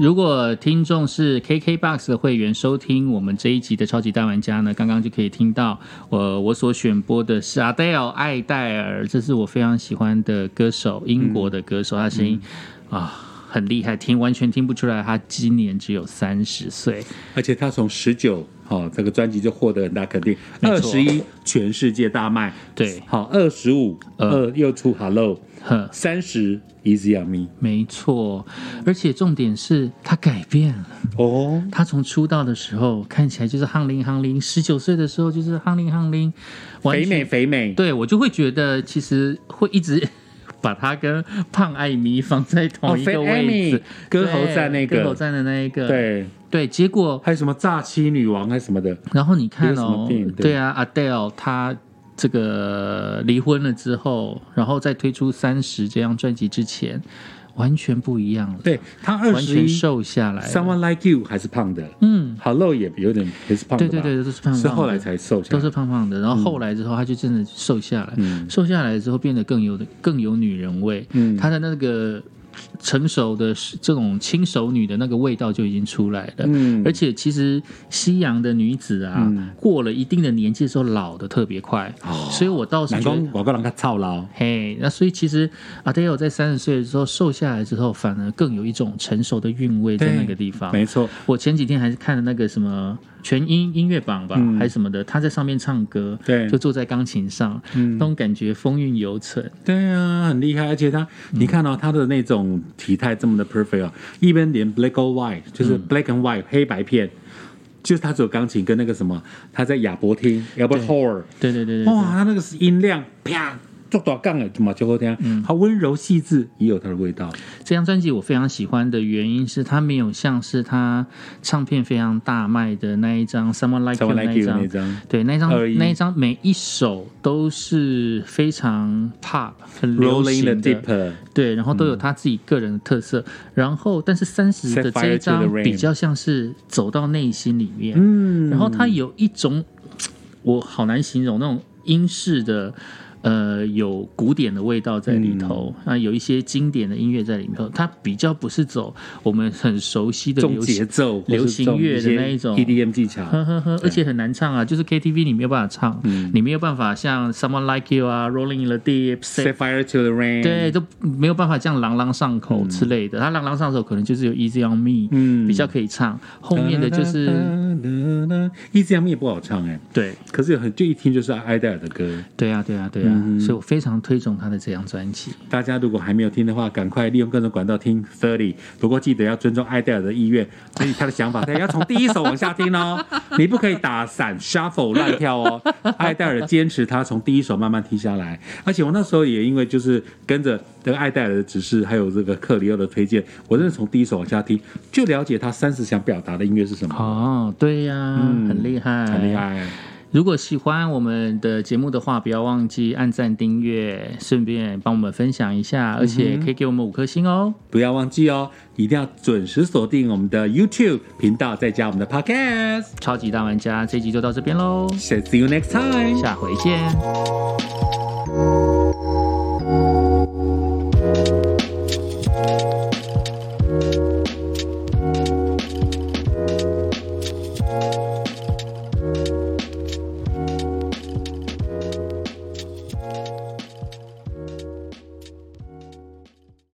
Speaker 1: 如果听众是 KKBOX 的会员，收听我们这一集的超级大玩家呢，刚刚就可以听到，呃，我所选播的是 Adele 艾戴尔，这是我非常喜欢的歌手，英国的歌手，他声音、啊很厉害，听完全听不出来他今年只有三十岁。
Speaker 4: 而且他从十九好这个专辑就获得很大肯定，
Speaker 1: 没
Speaker 4: 二
Speaker 1: 错
Speaker 4: 十一全世界大卖，
Speaker 1: 对
Speaker 4: 好二十五
Speaker 1: 嗯
Speaker 4: 二又出 Hello，
Speaker 1: 呵，
Speaker 4: 三十 Easy on Me
Speaker 1: 没错，而且重点是他改变了。
Speaker 4: 哦，
Speaker 1: 他从出道的时候看起来就是夯铃夯铃，十九岁的时候就是夯铃夯铃，完
Speaker 4: 肥
Speaker 1: 全
Speaker 4: 美肥美，
Speaker 1: 对我就会觉得其实会一直 把他跟胖艾米放在同一个
Speaker 4: 哦肥艾
Speaker 1: 位
Speaker 4: 米
Speaker 1: 置，
Speaker 4: 歌
Speaker 1: 对
Speaker 4: 喉战那个
Speaker 1: 歌喉战的那一个，
Speaker 4: 对，
Speaker 1: 对，结果
Speaker 4: 还有什么诈欺女王还是什么的，
Speaker 1: 然后你看
Speaker 4: 有什
Speaker 1: 哦
Speaker 4: 么病，对
Speaker 1: 对啊，Adele 她这个离婚了之后，然后在推出《三十》这张专辑之前，完全不一样了，
Speaker 4: 对他二
Speaker 1: 完
Speaker 4: 十
Speaker 1: 全
Speaker 4: 一
Speaker 1: 瘦下来了
Speaker 4: ，Someone Like You 还是胖的
Speaker 1: 嗯，
Speaker 4: ，Hello 也有点也是胖的
Speaker 1: 对
Speaker 4: 吧，
Speaker 1: 对对，都是胖胖
Speaker 4: 是
Speaker 1: 的，
Speaker 4: 后来才瘦下
Speaker 1: 都
Speaker 4: 来，
Speaker 1: 是胖胖的，然后后来之后他就真的瘦下来，
Speaker 4: 嗯
Speaker 1: 瘦下来之后变得更有更有女人味，
Speaker 4: 嗯
Speaker 1: 她的那个成熟的这种轻熟女的那个味道就已经出来了，
Speaker 4: 嗯
Speaker 1: 而且其实西洋的女子啊，
Speaker 4: 嗯
Speaker 1: 过了一定的年纪的时候老的特别快，
Speaker 4: 哦
Speaker 1: 所以我倒是
Speaker 4: 难
Speaker 1: 觉
Speaker 4: 怪
Speaker 1: 得。
Speaker 4: 我跟人家操劳，
Speaker 1: 嘿那所以其实 Adele 在三十岁的时候瘦下来之后，反而更有一种成熟的韵味在
Speaker 4: 对
Speaker 1: 那个地方。
Speaker 4: 没错，
Speaker 1: 我前几天还是看了那个什么全英音乐榜吧，
Speaker 2: 嗯
Speaker 1: 还是什么的，他在上面唱歌，
Speaker 4: 对
Speaker 1: 就坐在钢琴上，
Speaker 2: 嗯
Speaker 1: 那种感觉风韵犹存。
Speaker 4: 对啊，很厉害，而且他，
Speaker 1: 嗯
Speaker 4: 你看到、他的那种体态这么的 perfect 啊，一边连 black or white 就是
Speaker 1: 嗯
Speaker 4: black and white、黑白片，就是他只有钢琴跟那个什么，他在亚伯厅 Albert Hall，
Speaker 2: 哦
Speaker 1: 对对对对对，
Speaker 4: 哇，他那个是音量啪
Speaker 2: 做大杠
Speaker 4: 啊
Speaker 2: 哎，嘛就好听。
Speaker 1: 嗯
Speaker 2: 它温柔细致，也有它的味道。
Speaker 1: 这张专辑我非常喜欢的原因是，它没有像是它唱片非常大卖的那一张《Someone Like You
Speaker 2: Someone》
Speaker 1: 那
Speaker 2: Like
Speaker 1: 一
Speaker 2: You 那
Speaker 1: 张，
Speaker 2: 张
Speaker 1: 对，那一张
Speaker 2: 21
Speaker 1: 那一张每一首都是非常 pop 很流
Speaker 2: Rolling
Speaker 1: 行
Speaker 2: the
Speaker 1: 的
Speaker 2: Deep，
Speaker 1: 对，然后都有他自己个人的特色。然后，但是三十的
Speaker 2: 嗯 Set fire
Speaker 1: 这一
Speaker 2: to
Speaker 1: 张
Speaker 2: the rain
Speaker 1: 比较像是走到内心里面，
Speaker 2: 嗯
Speaker 1: 然后它有一种我好难形容那种英式的。呃，有古典的味道在里头，
Speaker 2: 嗯
Speaker 1: 那、有一些经典的音乐在里头，它比较不是走我们很熟悉的
Speaker 2: 重
Speaker 1: 流
Speaker 2: 节
Speaker 1: 行，
Speaker 2: 奏、
Speaker 1: 流行乐的那一
Speaker 4: E
Speaker 1: 种
Speaker 2: EDM 技 巧。
Speaker 1: 呵呵呵，而且很难唱啊，就是 KTV 你没有办法唱，
Speaker 2: 嗯
Speaker 1: 你没有办法像 Someone Like You 啊、Rolling in the Deep、
Speaker 2: Set fire to the rain，
Speaker 1: 对，都没有办法这样朗朗上口之类的。他朗朗上口可能就是有 Easy on Me，
Speaker 2: 嗯
Speaker 1: 比较可以唱。后面的就是
Speaker 4: E
Speaker 2: ，EDM 也不好唱哎，
Speaker 1: 对，
Speaker 2: 可是有很就一听就是埃戴尔的歌。
Speaker 1: 对啊，对啊，对
Speaker 2: 嗯
Speaker 1: 啊。所以我非常推崇他的这张专辑。
Speaker 2: 大家如果还没有听的话，赶快利用各种管道听 Thirty。不过记得要尊重艾戴尔的意愿，所以他的想法，大家要从第一首往下听哦，你不可以打散 shuffle 乱跳哦。艾戴尔坚持他从第一首慢慢听下来，而且我那时候也因为就是跟着这个艾戴尔的指示，还有这个克里欧的推荐，我真的从第一首往下听，就了解他三十想表达的音乐是什么，
Speaker 1: 哦，对呀、
Speaker 2: 嗯
Speaker 1: 很厉害，
Speaker 2: 很厉。害。
Speaker 1: 如果喜欢我们的节目的话，不要忘记按赞、订阅，顺便帮我们分享一下，而且
Speaker 2: 嗯
Speaker 1: 可以给我们五颗星哦。
Speaker 2: 不要忘记哦，一定要准时锁定我们的 YouTube 频道，再加我们的 Podcast。
Speaker 1: 超级大玩家这集就到这边喽，
Speaker 2: See you next time.
Speaker 1: 下回见。